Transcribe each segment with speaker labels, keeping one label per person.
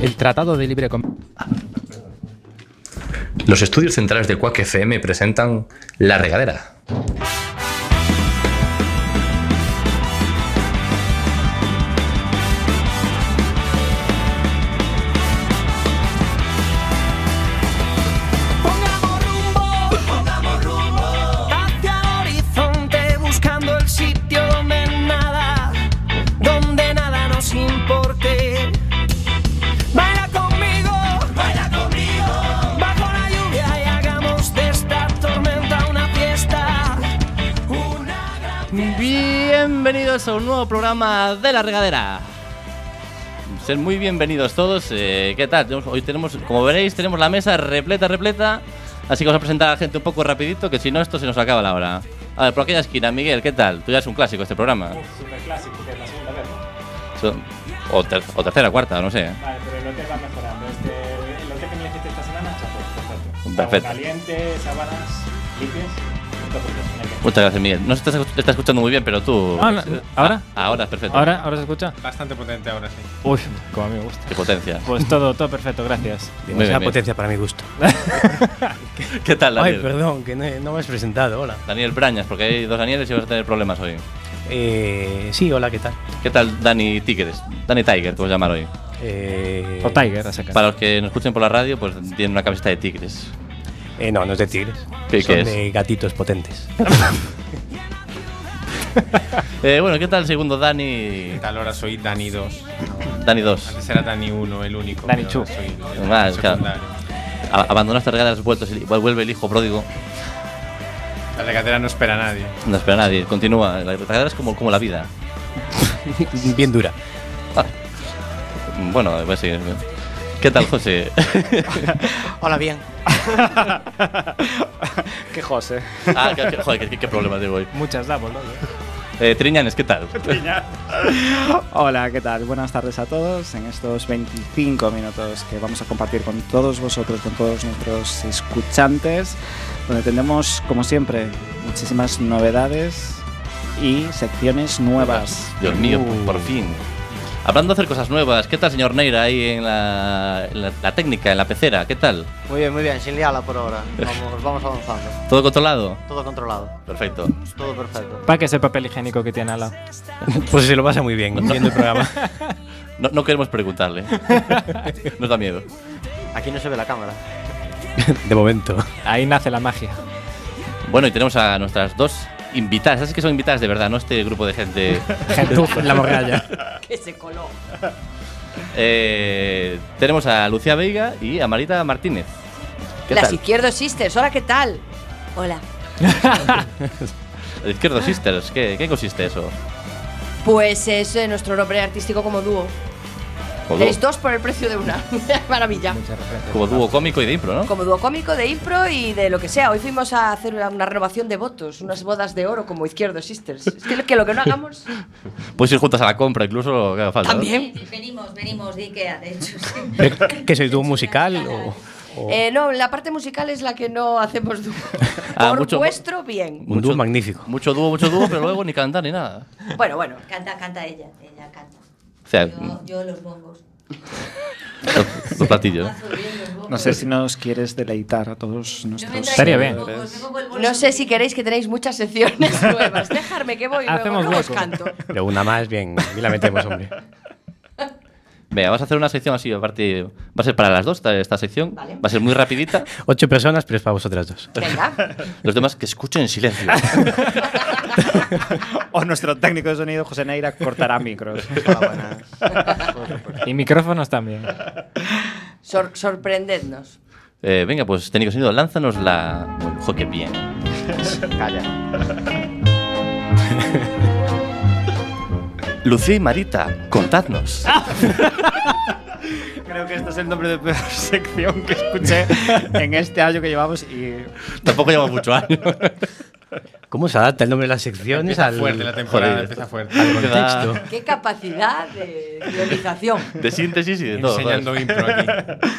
Speaker 1: El Tratado de Libre Comercio.
Speaker 2: Los estudios centrales de Quack FM presentan La Regadera.
Speaker 3: Pongamos rumbo, pongamos rumbo hacia el horizonte buscando el sitio donde nada, donde nada nos importe. Baila conmigo, baila conmigo, bajo la lluvia y hagamos de esta tormenta una fiesta. Una gran
Speaker 4: Bienvenidos a un nuevo programa de la regadera. Ser muy bienvenidos todos. eh, ¿Qué tal? Tenemos- Hoy tenemos, como veréis, tenemos la mesa repleta, repleta. Así que vamos a presentar a la gente un poco rapidito, que si no esto se nos acaba la hora. A ver, por aquella esquina, Miguel, ¿qué tal? Tú ya es un clásico este programa.
Speaker 5: Super clásico, que es la segunda vez. ¿no?
Speaker 4: So- O, ter- o tercera, cuarta, no sé.
Speaker 5: Vale, pero el hotel va mejorando. Este, el hotel que me elegiste esta semana, chapo, perfecto.
Speaker 4: Perfecto.
Speaker 5: Agua Caliente, sábanas, limpias. punto por punto, genial.
Speaker 4: Muchas gracias, Miguel. No se te está escu- te está escuchando muy bien, pero tú...
Speaker 1: Ah, no, ¿ahora?
Speaker 4: Ah, ahora, perfecto. Uh.
Speaker 1: ¿Ahora, ¿Ahora se escucha?
Speaker 6: Bastante potente ahora sí.
Speaker 1: Uy, como a mí me gusta.
Speaker 4: Qué potencia.
Speaker 1: Pues todo, todo perfecto, gracias.
Speaker 4: Muy bien,
Speaker 7: Demasiada
Speaker 4: bien.
Speaker 7: potencia para mi gusto.
Speaker 4: ¿Qué tal,
Speaker 7: Ay,
Speaker 4: Daniel?
Speaker 7: perdón, que no, he- no me has presentado. Hola.
Speaker 4: Daniel Brañas, porque hay dos Danieles y vas a tener problemas hoy.
Speaker 7: Eh, sí, hola, ¿qué tal?
Speaker 4: ¿Qué tal Dani Tigres? Dani Tiger, te voy a llamar hoy.
Speaker 7: Eh,
Speaker 1: O Tiger, a sacar.
Speaker 4: Para los que nos escuchen por la radio, pues tienen una camiseta de tigres.
Speaker 7: eh, no, no es de tigres.
Speaker 4: ¿Qué-
Speaker 7: Son
Speaker 4: qué es?
Speaker 7: de gatitos potentes.
Speaker 4: Eh, bueno, ¿qué tal segundo Dani?
Speaker 6: ¿Qué tal? Ahora soy Dani 2.
Speaker 4: Dani 2.
Speaker 6: Antes era Dani 1, el único.
Speaker 1: Dani
Speaker 6: pero ahora
Speaker 1: Chu.
Speaker 6: Soy el
Speaker 4: Ah, claro.
Speaker 6: secundario.
Speaker 4: A- Abandonaste regadas, vueltas, el- vuelve el hijo pródigo.
Speaker 6: La regadera no espera a nadie.
Speaker 4: No espera a nadie, continúa. La regadera es como, como la vida.
Speaker 7: Bien dura.
Speaker 4: Mm, Bueno, voy a seguir. ¿Qué tal, José?
Speaker 8: Hola, bien.
Speaker 1: que José.
Speaker 4: ah, qué, qué- joder, qué, qué problema tengo hoy.
Speaker 1: Muchas damos, ¿no?
Speaker 4: Eh, Triñanes, ¿qué tal?
Speaker 9: Hola, ¿qué tal? Buenas tardes a todos. En estos 25 minutos que vamos a compartir con todos vosotros, con todos nuestros escuchantes, donde tendremos, como siempre, muchísimas novedades y secciones nuevas.
Speaker 4: Dios mío, pues,
Speaker 7: Uh.
Speaker 4: por fin. Hablando de hacer cosas nuevas, ¿qué tal, señor Neira, ahí en la, en la- la técnica, en la pecera? ¿Qué tal?
Speaker 8: Muy bien, muy bien, sin liarla por ahora. Vamos, vamos avanzando.
Speaker 4: ¿Todo controlado?
Speaker 8: Todo controlado.
Speaker 4: Perfecto.
Speaker 8: Todo perfecto.
Speaker 1: Para que ese papel higiénico que tiene Ala.
Speaker 7: Pues se lo pasa muy bien viendo el programa.
Speaker 4: No, no queremos preguntarle. Nos da miedo.
Speaker 8: Aquí no se ve la cámara.
Speaker 7: De momento.
Speaker 1: Ahí nace la magia.
Speaker 4: Bueno, y tenemos a nuestras dos invitadas. Esas que son invitadas de verdad, no este grupo de gente.
Speaker 1: Gentuza. la morgalla.
Speaker 4: Eh, tenemos a Lucía Veiga y a Marita Martínez. ¿Qué
Speaker 10: Las
Speaker 4: tal?
Speaker 10: Izquierdo Sisters, hola, ¿qué tal? Hola.
Speaker 8: Ah.
Speaker 4: Izquierdo Sisters, ¿qué, qué consiste eso?
Speaker 10: Pues es eh, nuestro nombre artístico como dúo.
Speaker 4: Como
Speaker 10: Tenéis
Speaker 4: dúo,
Speaker 10: dos por el precio de una. Maravilla.
Speaker 4: como dúo cómico y de impro, ¿no?
Speaker 10: Como dúo cómico de impro y de lo que sea. Hoy fuimos a hacer una, una renovación de votos, unas bodas de oro como Izquierdo Sisters. Es que, lo- que lo que no hagamos.
Speaker 4: Puedes ir juntas a la compra, incluso lo que Oh, haga falta. ¿no?
Speaker 10: También.
Speaker 11: Venimos, venimos de Ikea, de hecho.
Speaker 4: Eh,
Speaker 7: ¿Pero ¿Qué sois tú, un musical o...? o-
Speaker 10: Eh, no, la parte musical es la que no hacemos dúo.
Speaker 4: Ah,
Speaker 10: por
Speaker 4: mucho-
Speaker 10: vuestro bien.
Speaker 7: Un dúo magnífico.
Speaker 4: Mucho dúo, mucho dúo, pero luego ni cantar ni nada.
Speaker 10: Bueno, bueno.
Speaker 11: Canta, canta ella, ella canta.
Speaker 4: O sea,
Speaker 11: Yo, yo los bongos.
Speaker 4: los, los platillos.
Speaker 11: Mazo bien los bongos.
Speaker 9: No sé si nos quieres deleitar a todos
Speaker 11: Yo me
Speaker 9: nuestros.
Speaker 11: traigo
Speaker 1: Estaría
Speaker 11: los
Speaker 1: bien.
Speaker 11: bongos, me pongo el bolso
Speaker 10: No sé si
Speaker 11: aquí.
Speaker 10: queréis que tenéis muchas secciones nuevas. Dejarme que voy y luego,
Speaker 1: Hacemos
Speaker 10: luego os
Speaker 1: hueco.
Speaker 10: canto.
Speaker 7: Pero una más, bien, bien la metemos, hombre.
Speaker 4: Venga, vas a hacer una sección así, aparte. Va a ser para las dos esta, esta sección.
Speaker 10: Vale.
Speaker 4: Va a ser muy rapidita.
Speaker 7: Ocho personas, pero es para vosotras dos.
Speaker 10: Venga.
Speaker 4: Los demás que escuchen en silencio.
Speaker 9: O nuestro técnico de sonido, José Neira, cortará micros.
Speaker 8: Hola, buenas.
Speaker 1: Y micrófonos también.
Speaker 10: Sor- sorprendednos.
Speaker 4: Eh, venga, pues técnico de sonido, lánzanos la. Bueno, jo, qué bien.
Speaker 8: Calla.
Speaker 4: Lucía y Marita, contadnos.
Speaker 7: Ah.
Speaker 9: Creo que este es el nombre de peor sección que escuché en este año que llevamos y
Speaker 4: Tampoco lleva mucho año.
Speaker 7: ¿Cómo se adapta el nombre de las secciones
Speaker 6: Empieza
Speaker 7: al...?
Speaker 6: fuerte la temporada,
Speaker 4: Joder,
Speaker 6: empieza fuerte.
Speaker 4: Te da-
Speaker 10: Qué capacidad de guionización.
Speaker 4: De síntesis y de todo. joder.
Speaker 6: Enseñando impro aquí.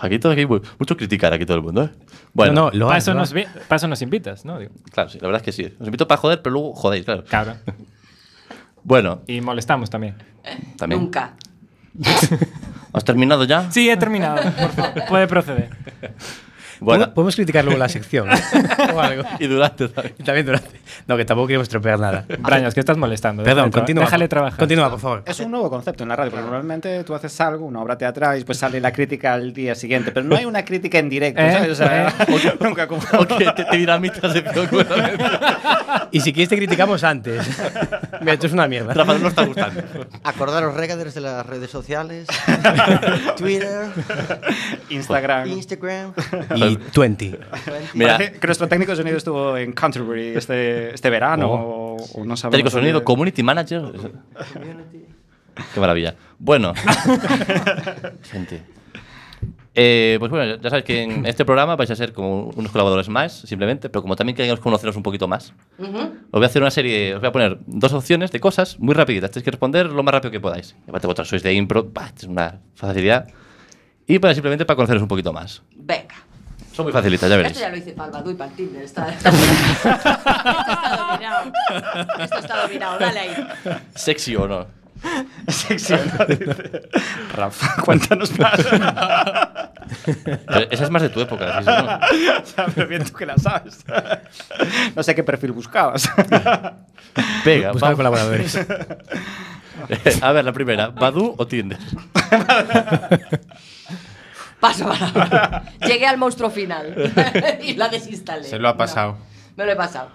Speaker 4: Aquí todo aquí, mu- mucho criticar aquí todo el mundo, ¿eh? Bueno,
Speaker 7: No, no, lo
Speaker 1: Para
Speaker 7: has,
Speaker 1: eso,
Speaker 7: lo
Speaker 1: nos,
Speaker 7: has.
Speaker 1: vi- pa' eso nos invitas, ¿no? Digo,
Speaker 4: claro, sí, la verdad es que sí. Os invito para joder, pero luego jodéis, claro.
Speaker 1: Cabrón.
Speaker 4: Bueno,
Speaker 1: Y molestamos también.
Speaker 4: también.
Speaker 10: Nunca.
Speaker 4: ¿Has terminado ya?
Speaker 1: Sí, he terminado. Por favor, puede proceder.
Speaker 4: Bueno.
Speaker 7: Podemos criticar luego la sección. o algo.
Speaker 4: Y durante también.
Speaker 7: también durante. No, que tampoco queremos tropear nada.
Speaker 1: Brañas, que estás molestando.
Speaker 7: Perdón,
Speaker 1: Déjale tra-
Speaker 7: continúa.
Speaker 1: déjale trabajar.
Speaker 7: Continúa, Ah, por favor.
Speaker 9: Es un nuevo concepto en la radio, porque normalmente tú haces algo, una obra teatral, y después sale la crítica al día siguiente, pero no hay una crítica en directo,
Speaker 7: ¿Eh?
Speaker 9: ¿sabes? O sea, nunca como...
Speaker 4: te, te dinamitas de
Speaker 7: Y si quieres te criticamos antes. Mira, esto es una mierda.
Speaker 4: Rafa, no está gustando.
Speaker 8: Acordaros regaders de las redes sociales, Twitter,
Speaker 9: Instagram.
Speaker 8: Instagram.
Speaker 7: Y 20.
Speaker 4: Mira.
Speaker 9: Parece que nuestro técnico de sonido estuvo en Canterbury este, este verano, o, o no sabemos
Speaker 4: Oh.
Speaker 9: dónde.
Speaker 4: Técnico sonido, community manager. Qué maravilla. Bueno. Gente. Eh, pues bueno, ya sabéis que en este programa vais a ser como unos colaboradores más, simplemente, pero como también queremos conoceros un poquito más, os voy a hacer una serie, os voy a poner dos opciones de cosas muy rapiditas. Tenéis que responder lo más rápido que podáis. Y aparte vosotros sois de impro, bah, es una facilidad. Y para simplemente para conoceros un poquito más.
Speaker 10: Venga.
Speaker 4: Son muy facilitas, ya veréis.
Speaker 10: Esto ya lo hice para el Badoo y para el Tinder. Está, esto está dominado. Esto está dominado. Dale ahí.
Speaker 4: ¿Sexy o no?
Speaker 9: Sección. Rafa, cuéntanos más.
Speaker 4: Pero esa es más de tu época, ¿sí? ¿no?
Speaker 9: Sabes bien tú que la sabes. No sé qué perfil buscabas.
Speaker 4: Venga,
Speaker 7: Pues
Speaker 9: Buscar
Speaker 4: vamos.
Speaker 9: colaboradores.
Speaker 4: a ver, la primera, ¿Badu o Tinder?
Speaker 10: Paso palabra. Llegué al monstruo final y la desinstalé.
Speaker 6: Se lo ha pasado.
Speaker 10: Me lo he pasado.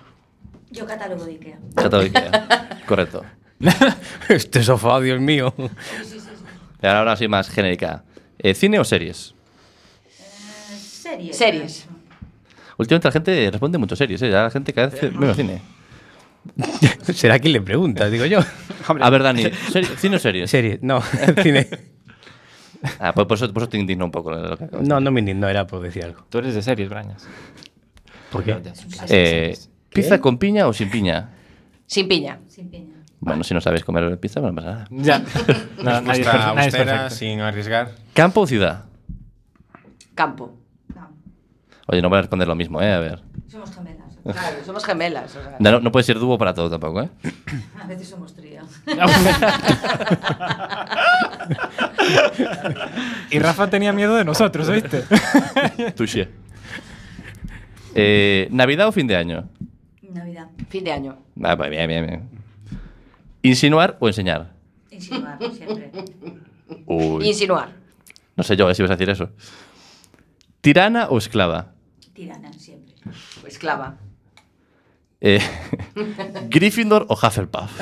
Speaker 11: Yo catálogo de Ikea.
Speaker 4: Catálogo de Ikea. Correcto.
Speaker 7: este sofá, Dios mío.
Speaker 4: Y ahora ahora sí más genérica. Eh, ¿Cine o series?
Speaker 11: Series.
Speaker 10: Series.
Speaker 4: Últimamente la gente responde mucho series, ¿eh? Ya la gente cada vez hace menos cine.
Speaker 7: ¿Será quien le pregunta? Digo yo.
Speaker 4: A ver, Dani, ¿seri- ¿cine o series?
Speaker 7: Serie, no, cine.
Speaker 4: Ah, pues por eso, por eso te indigna un poco. Lo que acabas de
Speaker 7: No, no me indigno, era por decir algo.
Speaker 1: Tú eres de series, Brañas.
Speaker 7: ¿Por qué?
Speaker 4: decir. Eh, ¿Pizza con piña o sin piña?
Speaker 10: Sin piña.
Speaker 4: Bueno, si no sabes comer pizza, bueno, no pasa nada.
Speaker 1: Ya.
Speaker 6: Nos
Speaker 1: nadie es
Speaker 6: gusta
Speaker 1: perfe- nadie es
Speaker 6: austera,
Speaker 1: perfecto.
Speaker 6: sin arriesgar.
Speaker 4: ¿Campo o ciudad?
Speaker 10: Campo.
Speaker 4: Oye, no voy a responder lo mismo, ¿eh? A ver.
Speaker 11: Somos gemelas.
Speaker 10: Claro, somos gemelas. o sea.
Speaker 4: No, no- no puede ser dúo para todo tampoco, ¿eh?
Speaker 11: A veces somos trío.
Speaker 1: Y Rafa tenía miedo de nosotros, ¿oíste?
Speaker 4: Touché. Eh, ¿Navidad o fin de año?
Speaker 11: Navidad.
Speaker 10: Fin de año.
Speaker 4: Ah, pues bien, bien, bien. ¿Insinuar o enseñar?
Speaker 11: Insinuar, siempre.
Speaker 4: Uy.
Speaker 10: Insinuar.
Speaker 4: No sé yo eh, si vas a decir eso. ¿Tirana o esclava?
Speaker 11: Tirana, siempre.
Speaker 10: Esclava.
Speaker 4: Eh, ¿Gryffindor o Hufflepuff?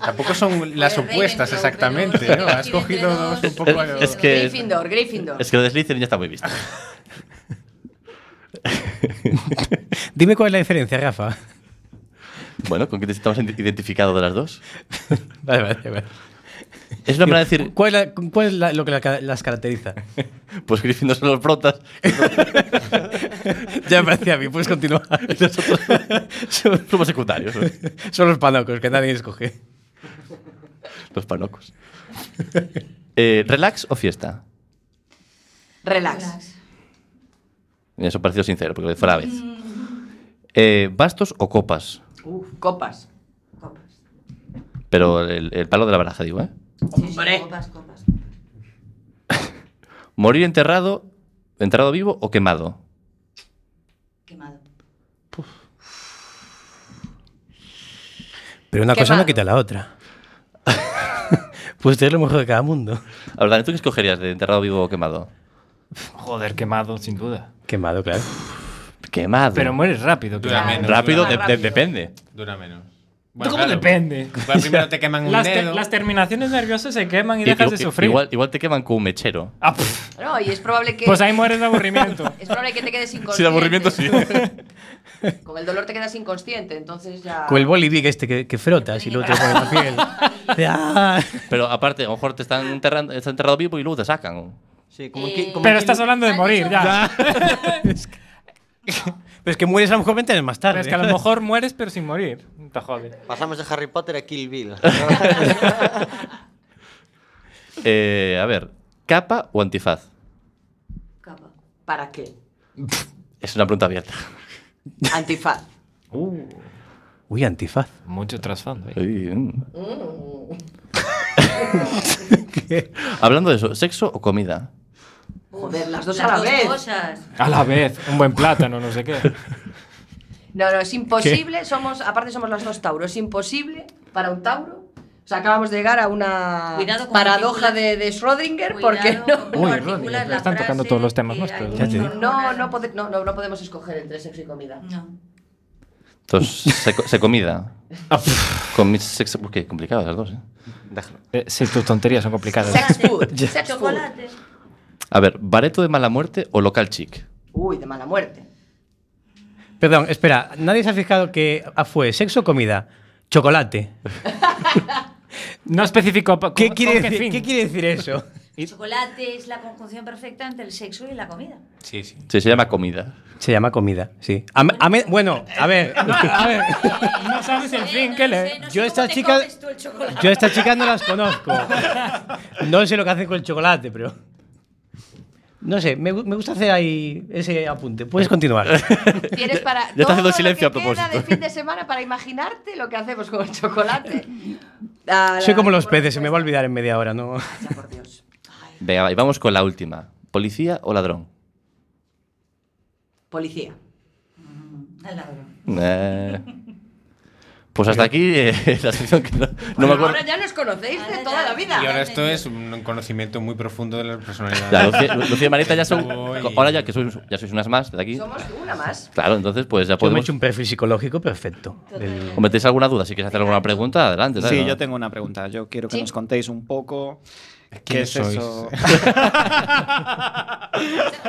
Speaker 6: Tampoco son las
Speaker 10: Joder,
Speaker 6: opuestas
Speaker 10: Ravenclaw,
Speaker 6: exactamente,
Speaker 10: pero-
Speaker 6: ¿no? Has cogido dos un poco a lo-
Speaker 4: Es que-
Speaker 10: Gryffindor, Gryffindor.
Speaker 4: Es que lo de Slytherin ya está muy visto.
Speaker 7: Dime cuál es la diferencia, Rafa.
Speaker 4: Bueno, ¿con qué te estamos ident- identificado de las dos?
Speaker 7: Vale, vale, vale.
Speaker 4: Es una manera de decir,
Speaker 7: ¿Cuál es, la- cuál es la- lo que la- las caracteriza?
Speaker 4: pues Gryffindor son los protas.
Speaker 7: ya me parecía a mí, puedes continuar.
Speaker 4: Nosotros somos secundarios, ¿no?
Speaker 7: Son los panocos que nadie escoge.
Speaker 4: los panocos. Eh, ¿Relax o fiesta?
Speaker 10: Relax.
Speaker 4: Eso pareció sincero, porque fue la vez.
Speaker 10: Mm.
Speaker 4: Eh, ¿Bastos o copas?
Speaker 10: Uf, copas.
Speaker 4: Pero el, el palo de la baraja, digo, ¿eh?
Speaker 10: Hombre.
Speaker 11: Copas, copas.
Speaker 4: ¿Morir enterrado, enterrado vivo o quemado?
Speaker 11: Quemado.
Speaker 7: Pero una cosa no
Speaker 11: Quemado.
Speaker 7: quita la otra. Puedes
Speaker 4: Pues
Speaker 7: tener lo mejor de cada mundo.
Speaker 4: A ver, Dani, ¿tú qué escogerías de enterrado vivo o quemado?
Speaker 1: Joder, quemado, sin duda.
Speaker 7: Quemado, claro.
Speaker 4: Quemado.
Speaker 1: Pero mueres rápido.
Speaker 6: Dura
Speaker 1: claro.
Speaker 6: menos.
Speaker 4: Rápido,
Speaker 6: dura
Speaker 4: de-
Speaker 6: menos.
Speaker 4: de- depende.
Speaker 6: Dura menos.
Speaker 1: ¿Cómo depende?
Speaker 6: Igual primero te queman un
Speaker 1: Las, te-
Speaker 6: dedo.
Speaker 1: las terminaciones nerviosas se queman y
Speaker 4: I-
Speaker 1: dejas
Speaker 4: i-
Speaker 1: de sufrir.
Speaker 4: Igual, igual te queman con un mechero.
Speaker 1: Ah, pff.
Speaker 10: No, y es probable que.
Speaker 1: Pues ahí mueres de aburrimiento.
Speaker 10: Es probable que te quedes inconsciente.
Speaker 4: Sí, de aburrimiento, sí.
Speaker 10: Con el dolor te quedas inconsciente, entonces ya.
Speaker 7: Con el bolivic este que, que frotas y luego te lo pones en la piel. Ah.
Speaker 4: Pero aparte, a lo mejor te están enterrando, está enterrado vivo y luego te sacan.
Speaker 8: Sí, como que- como
Speaker 1: Pero
Speaker 8: que- Ah,
Speaker 1: estás hablando de morir, ya.
Speaker 7: Pero es que mueres a lo mejor 20 años más tarde.
Speaker 1: Pero es que a lo mejor mueres, pero sin morir. Te jode.
Speaker 8: Pasamos de Harry Potter a Kill Bill.
Speaker 4: Eh, a ver, ¿capa o antifaz?
Speaker 10: Capa. ¿Para qué?
Speaker 4: Es una pregunta abierta.
Speaker 10: Antifaz.
Speaker 4: Uh.
Speaker 7: Uy, antifaz.
Speaker 4: mm.
Speaker 1: Mucho trasfondo. ahí.
Speaker 4: Uy, mm. Hablando de eso, ¿sexo o comida?
Speaker 10: Joder, las dos
Speaker 11: Las
Speaker 10: a la
Speaker 11: dos
Speaker 10: vez.
Speaker 11: cosas.
Speaker 1: A la vez, un buen plátano, no sé qué.
Speaker 10: No, no, es imposible. Somos, aparte somos las dos Tauro. Es imposible para un Tauro. O sea, acabamos de llegar a una
Speaker 11: Cuidado con
Speaker 10: paradoja de,
Speaker 11: partículas.
Speaker 10: de Schrödinger porque no,
Speaker 1: Uy, Rodri, pero están tocando todos los temas nuestros.
Speaker 4: Ya te digo.
Speaker 10: no, no, pode- no, no- no podemos escoger entre sexo y comida. No.
Speaker 4: Entonces, se, co- se comida.
Speaker 1: Ah,
Speaker 4: Con mi sexo, porque complicado las dos, ¿eh?
Speaker 1: Eh, sí, tus tonterías son complicadas.
Speaker 10: Sex
Speaker 7: Pues
Speaker 10: food.
Speaker 4: Ya.
Speaker 10: sex food.
Speaker 11: Chocolate.
Speaker 4: A ver, ¿bareto de mala muerte o local chic?
Speaker 10: Uy, de mala muerte.
Speaker 7: Perdón, espera, nadie se ha fijado que ah, fue sexo o comida. Chocolate.
Speaker 1: no especificó.
Speaker 7: ¿Qué quiere,
Speaker 1: con qué
Speaker 7: decir,
Speaker 1: fin?
Speaker 7: ¿Qué quiere decir eso?
Speaker 11: Chocolate es la conjunción perfecta entre el sexo y la comida.
Speaker 6: Sí, sí.
Speaker 4: Sí, se llama comida.
Speaker 7: Se llama comida, sí. A me- a me- bueno, a ver. a ver.
Speaker 1: No sabes el fin que le.
Speaker 7: Yo a esta chica. Yo a esta chica no las conozco. No sé lo que hacen con el chocolate, pero. No sé, me, gu- me gusta hacer ahí ese apunte. Puedes continuar.
Speaker 10: Tienes para
Speaker 7: Ya te
Speaker 10: todo
Speaker 7: haces
Speaker 10: lo
Speaker 7: silencio
Speaker 10: que
Speaker 7: a
Speaker 10: queda de
Speaker 7: propósito.
Speaker 10: fin de semana para imaginarte lo que hacemos con el chocolate. A la-
Speaker 7: Soy como los peces, se me va a olvidar en media hora, ¿no?
Speaker 4: Venga, va, y vamos con la última. ¿Policía o ladrón?
Speaker 10: Policía.
Speaker 11: Mm, El ladrón.
Speaker 4: Eh, Pues hasta aquí eh, la sección que no, no me acuerdo.
Speaker 10: Ahora ya nos conocéis de toda la vida.
Speaker 6: Y ahora esto es un conocimiento muy profundo de la personalidad.
Speaker 4: Ya, Lucía, Lu- Lucía y Marita ya son.
Speaker 6: Uy.
Speaker 4: Ahora ya que sois, ya sois unas más de aquí.
Speaker 10: Somos una más.
Speaker 4: Claro, entonces pues ya
Speaker 7: Yo me he
Speaker 4: podemos.
Speaker 7: hecho un perfil psicológico perfecto.
Speaker 4: ¿O metéis alguna duda? Si queréis hacer alguna pregunta, adelante.
Speaker 9: Sí,
Speaker 4: dale, ¿no?
Speaker 9: yo tengo una pregunta. Yo quiero que
Speaker 10: ¿Sí?
Speaker 9: nos contéis un poco qué
Speaker 6: ¿Quiénes
Speaker 9: es eso.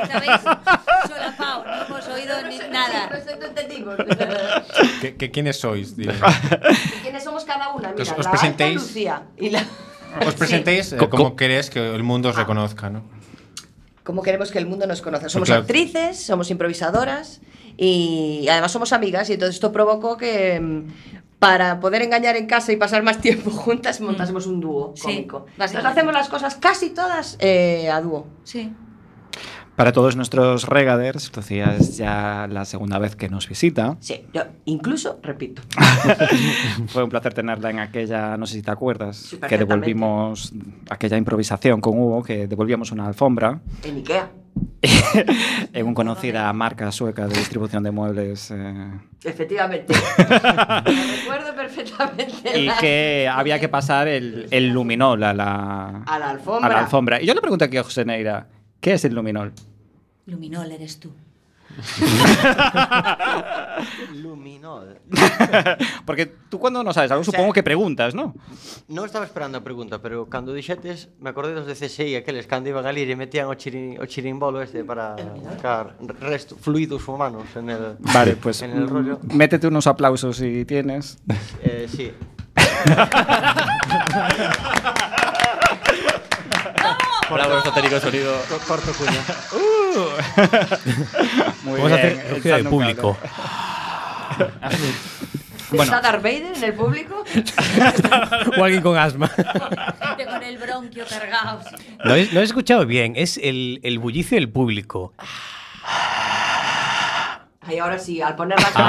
Speaker 11: ¿Sabéis? Solapao, no hemos oído ni
Speaker 10: No
Speaker 11: nada.
Speaker 10: sé, no entendimos.
Speaker 6: ¿Qué- qué- ¿Quiénes sois? Dime.
Speaker 10: ¿Quiénes somos cada una? Mira,
Speaker 6: Que os- os
Speaker 10: la
Speaker 6: presentéis.
Speaker 10: alta Lucía y la...
Speaker 6: Os presentéis eh,
Speaker 4: Co-
Speaker 6: como
Speaker 4: co-
Speaker 6: queréis que el mundo
Speaker 11: Ah.
Speaker 6: os reconozca, ¿no?
Speaker 10: ¿Cómo queremos que el mundo nos conozca? Somos
Speaker 6: Claro.
Speaker 10: actrices, somos improvisadoras y además somos amigas y entonces esto provocó que mm, para poder engañar en casa y pasar más tiempo juntas montásemos un dúo
Speaker 11: Sí,
Speaker 10: cómico. Entonces
Speaker 11: básicamente.
Speaker 10: hacemos las cosas casi todas eh, a dúo.
Speaker 11: Sí.
Speaker 9: Para todos nuestros regaders, Lucía es ya la segunda vez que nos visita.
Speaker 10: Sí, yo incluso repito.
Speaker 9: Fue un placer tenerla en aquella, no sé si te acuerdas, que
Speaker 10: perfectamente.
Speaker 9: devolvimos aquella improvisación con Hugo, que devolvíamos una alfombra
Speaker 10: En Ikea.
Speaker 9: en una eh, conocida marca sueca de distribución de muebles. eh,
Speaker 10: Efectivamente. Lo recuerdo perfectamente.
Speaker 9: y que había que pasar el, el luminol a la,
Speaker 10: A la alfombra.
Speaker 9: a la alfombra. Y yo le pregunto aquí a José Neira, ¿qué es el luminol?
Speaker 11: Luminol eres tú.
Speaker 8: Luminol.
Speaker 9: Porque tú cuando no sabes algo, supongo que preguntas, ¿no?
Speaker 8: Non estaba esperando a pregunta, pero cando dixetes, me acordei dos de CSI, aqueles cando iban a lir e metían o, chirin, o chirimbolo este para buscar resto, fluidos humanos en el,
Speaker 9: Vale, pues
Speaker 8: en el rollo.
Speaker 9: mm, métete unos aplausos si tienes.
Speaker 8: Eh, sí.
Speaker 4: Bravo, nuestro técnico de sonido.
Speaker 8: Co- Corto cuña.
Speaker 10: Uh.
Speaker 9: Muy
Speaker 7: Vamos a
Speaker 9: bien,
Speaker 7: hacer
Speaker 9: echando
Speaker 7: rugido de
Speaker 9: un
Speaker 7: público.
Speaker 10: ¿Está Darth Vader en el público?
Speaker 7: O alguien con asma.
Speaker 11: Gente con el bronquio cargado.
Speaker 7: No he, no he escuchado bien, es el, el bullicio del público.
Speaker 10: Ay, ahora sí, al poner las
Speaker 11: Lo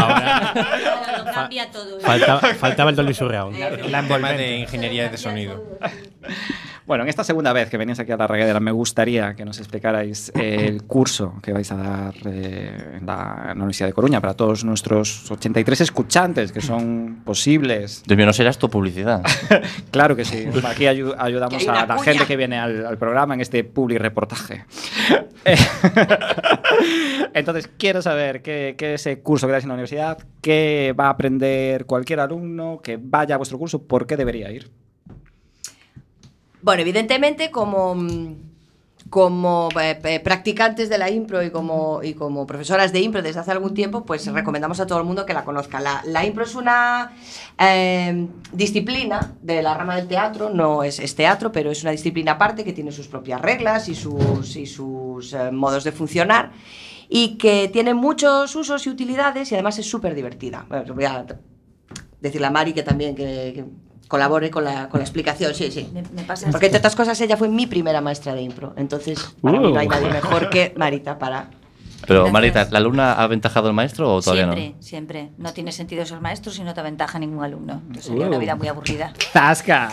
Speaker 11: cambia todo. Eh,
Speaker 7: Faltaba, faltaba el Dolby Surround.
Speaker 8: Eh.
Speaker 6: La tema de ingeniería de sonido.
Speaker 9: Bueno, en esta segunda vez que venís aquí a la regadera, me gustaría que nos explicarais eh, el curso que vais a dar eh, en la en la Universidad de Coruña para todos nuestros 83 escuchantes que son posibles.
Speaker 4: Dios mío, no será esto publicidad.
Speaker 9: Claro que sí. Aquí ayu- ayudamos
Speaker 10: Que hay una
Speaker 9: a la
Speaker 10: cuña.
Speaker 9: gente que viene al, al programa en este public reportaje. Entonces, quiero saber qué, qué es el curso que dais en la universidad, qué va a aprender cualquier alumno que vaya a vuestro curso, por qué debería ir.
Speaker 10: Bueno, evidentemente como, mm, como eh, eh, practicantes de la impro y como, y como profesoras de impro desde hace algún tiempo, pues recomendamos a todo el mundo que la conozca. La, la impro es una eh, disciplina de la rama del teatro, no es, es teatro, pero es una disciplina aparte que tiene sus propias reglas y sus, y sus eh, modos de funcionar y que tiene muchos usos y utilidades y además es súper divertida. Bueno, voy a decirle a Mari que también que, que colabore con la, con la explicación, sí, sí.
Speaker 11: Me, me pasa
Speaker 10: Porque entre otras cosas ella fue mi primera maestra de impro, entonces para mí no hay nadie mejor que Marita para
Speaker 4: Pero Marita, ¿la alumna ha aventajado al maestro o todavía
Speaker 11: siempre,
Speaker 4: no?
Speaker 11: siempre. No tiene sentido ser maestro si no te aventaja ningún alumno. Entonces sería una
Speaker 4: Uh.
Speaker 11: vida muy aburrida.
Speaker 9: ¡Zasca!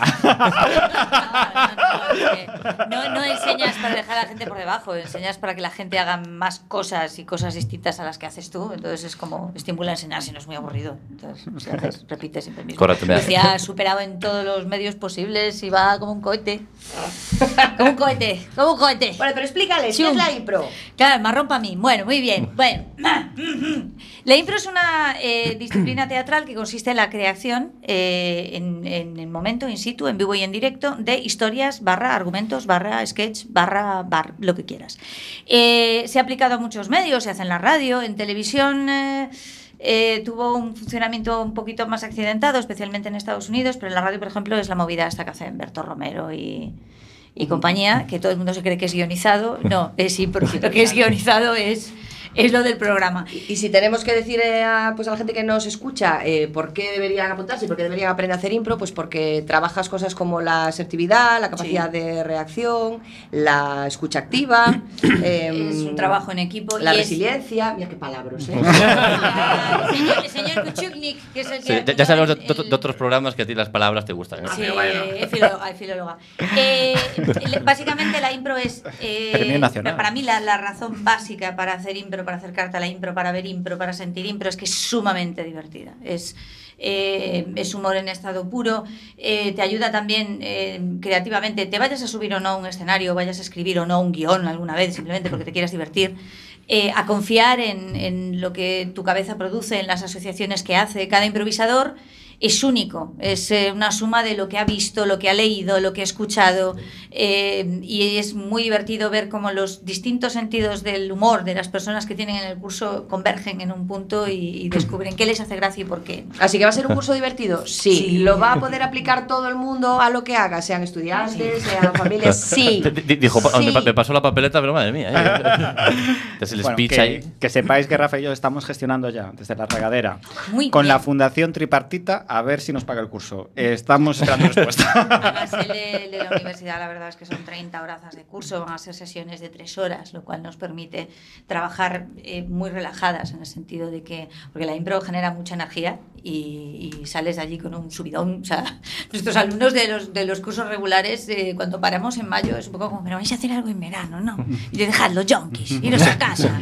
Speaker 11: No, no enseñas para dejar a la gente por debajo, enseñas para que la gente haga más cosas y cosas distintas a las que haces tú. Entonces es como estimula a enseñar si no es muy aburrido. Entonces, si haces, repites siempre el mismo.
Speaker 4: Correcto, mira.
Speaker 11: Lucía ha superado en todos los medios posibles y va como un cohete. Como un cohete, como un cohete. Bueno,
Speaker 10: pero explícale, ¿qué es la impro?
Speaker 11: Claro, marrón para mí. Bueno, muy bien. Bueno, la impro es una eh, disciplina teatral que consiste en la creación eh, en, en el momento, in situ, en vivo y en directo, de historias, barra argumentos, barra sketch, barra bar, lo que quieras. Eh, se ha aplicado a muchos medios, se hace en la radio, en televisión. eh, eh, tuvo un funcionamiento un poquito más accidentado, especialmente en Estados Unidos, pero en la radio, por ejemplo, es la movida esta que hacen Berto Romero y, y compañía, que todo el mundo se cree que es guionizado. No, es impro. Lo que es guionizado es, es lo del programa.
Speaker 10: Y si tenemos que decir eh, a, pues a la gente que nos escucha eh, por qué deberían apuntarse y por qué deberían aprender a hacer impro, pues porque trabajas cosas como la asertividad, la capacidad de reacción, la escucha activa. em,
Speaker 11: Es un trabajo en equipo.
Speaker 10: Mm. La
Speaker 11: y es-
Speaker 10: resiliencia. Mira qué palabras, ¿eh?
Speaker 11: El señor, el señor Kuchuknik, que es el que
Speaker 4: Sí, ya,
Speaker 11: ha
Speaker 4: ya sabemos de,
Speaker 11: aplicado
Speaker 4: de- de otros programas que a ti las palabras te gustan. ¿eh?
Speaker 11: Sí, es filóloga. es filóloga. Eh, le- básicamente la impro es... eh,
Speaker 4: Premio nacional.
Speaker 11: pa- Para mí la, la razón básica para hacer impro, para acercarte a la impro, para ver impro, para sentir impro, es que es sumamente divertida. Es, eh, es humor en estado puro, eh, te ayuda también eh, creativamente, te vayas a subir o no a un escenario, vayas a escribir o no un guión alguna vez, simplemente porque te quieras divertir. eh, a confiar en, en lo que tu cabeza produce, en las asociaciones que hace. Cada improvisador es único, es eh, una suma de lo que ha visto, lo que ha leído, lo que ha escuchado, eh, y es muy divertido ver cómo los distintos sentidos del humor de las personas que tienen en el curso convergen en un punto y, y descubren qué les hace gracia y por qué.
Speaker 10: Así que va a ser un curso divertido. Sí. ¿Lo va a poder aplicar todo el mundo a lo que haga? Sean estudiantes, sean familias. Sí.
Speaker 4: Di- di- Dijo, pa-
Speaker 10: Sí.
Speaker 4: me, pa- me pasó la papeleta, pero madre mía. ¿eh? es el
Speaker 9: Bueno,
Speaker 4: speech
Speaker 9: que,
Speaker 4: ahí.
Speaker 9: que sepáis que Rafa y yo estamos gestionando ya desde la regadera
Speaker 11: Muy
Speaker 9: con
Speaker 11: bien.
Speaker 9: la Fundación Tripartita a ver si nos paga el curso. Eh, Estamos esperando respuesta.
Speaker 11: Además, el de, el de la universidad, la verdad es que son 30 horas de curso, van a ser sesiones de 3 horas, lo cual nos permite trabajar eh, muy relajadas en el sentido de que, porque la impro genera mucha energía y, y sales de allí con un subidón. O sea, nuestros alumnos de los, de los cursos regulares, eh, cuando paramos en mayo, es un poco como, pero vais a hacer algo en verano, ¿no? Y de dejadlo, junkies, iros a casa.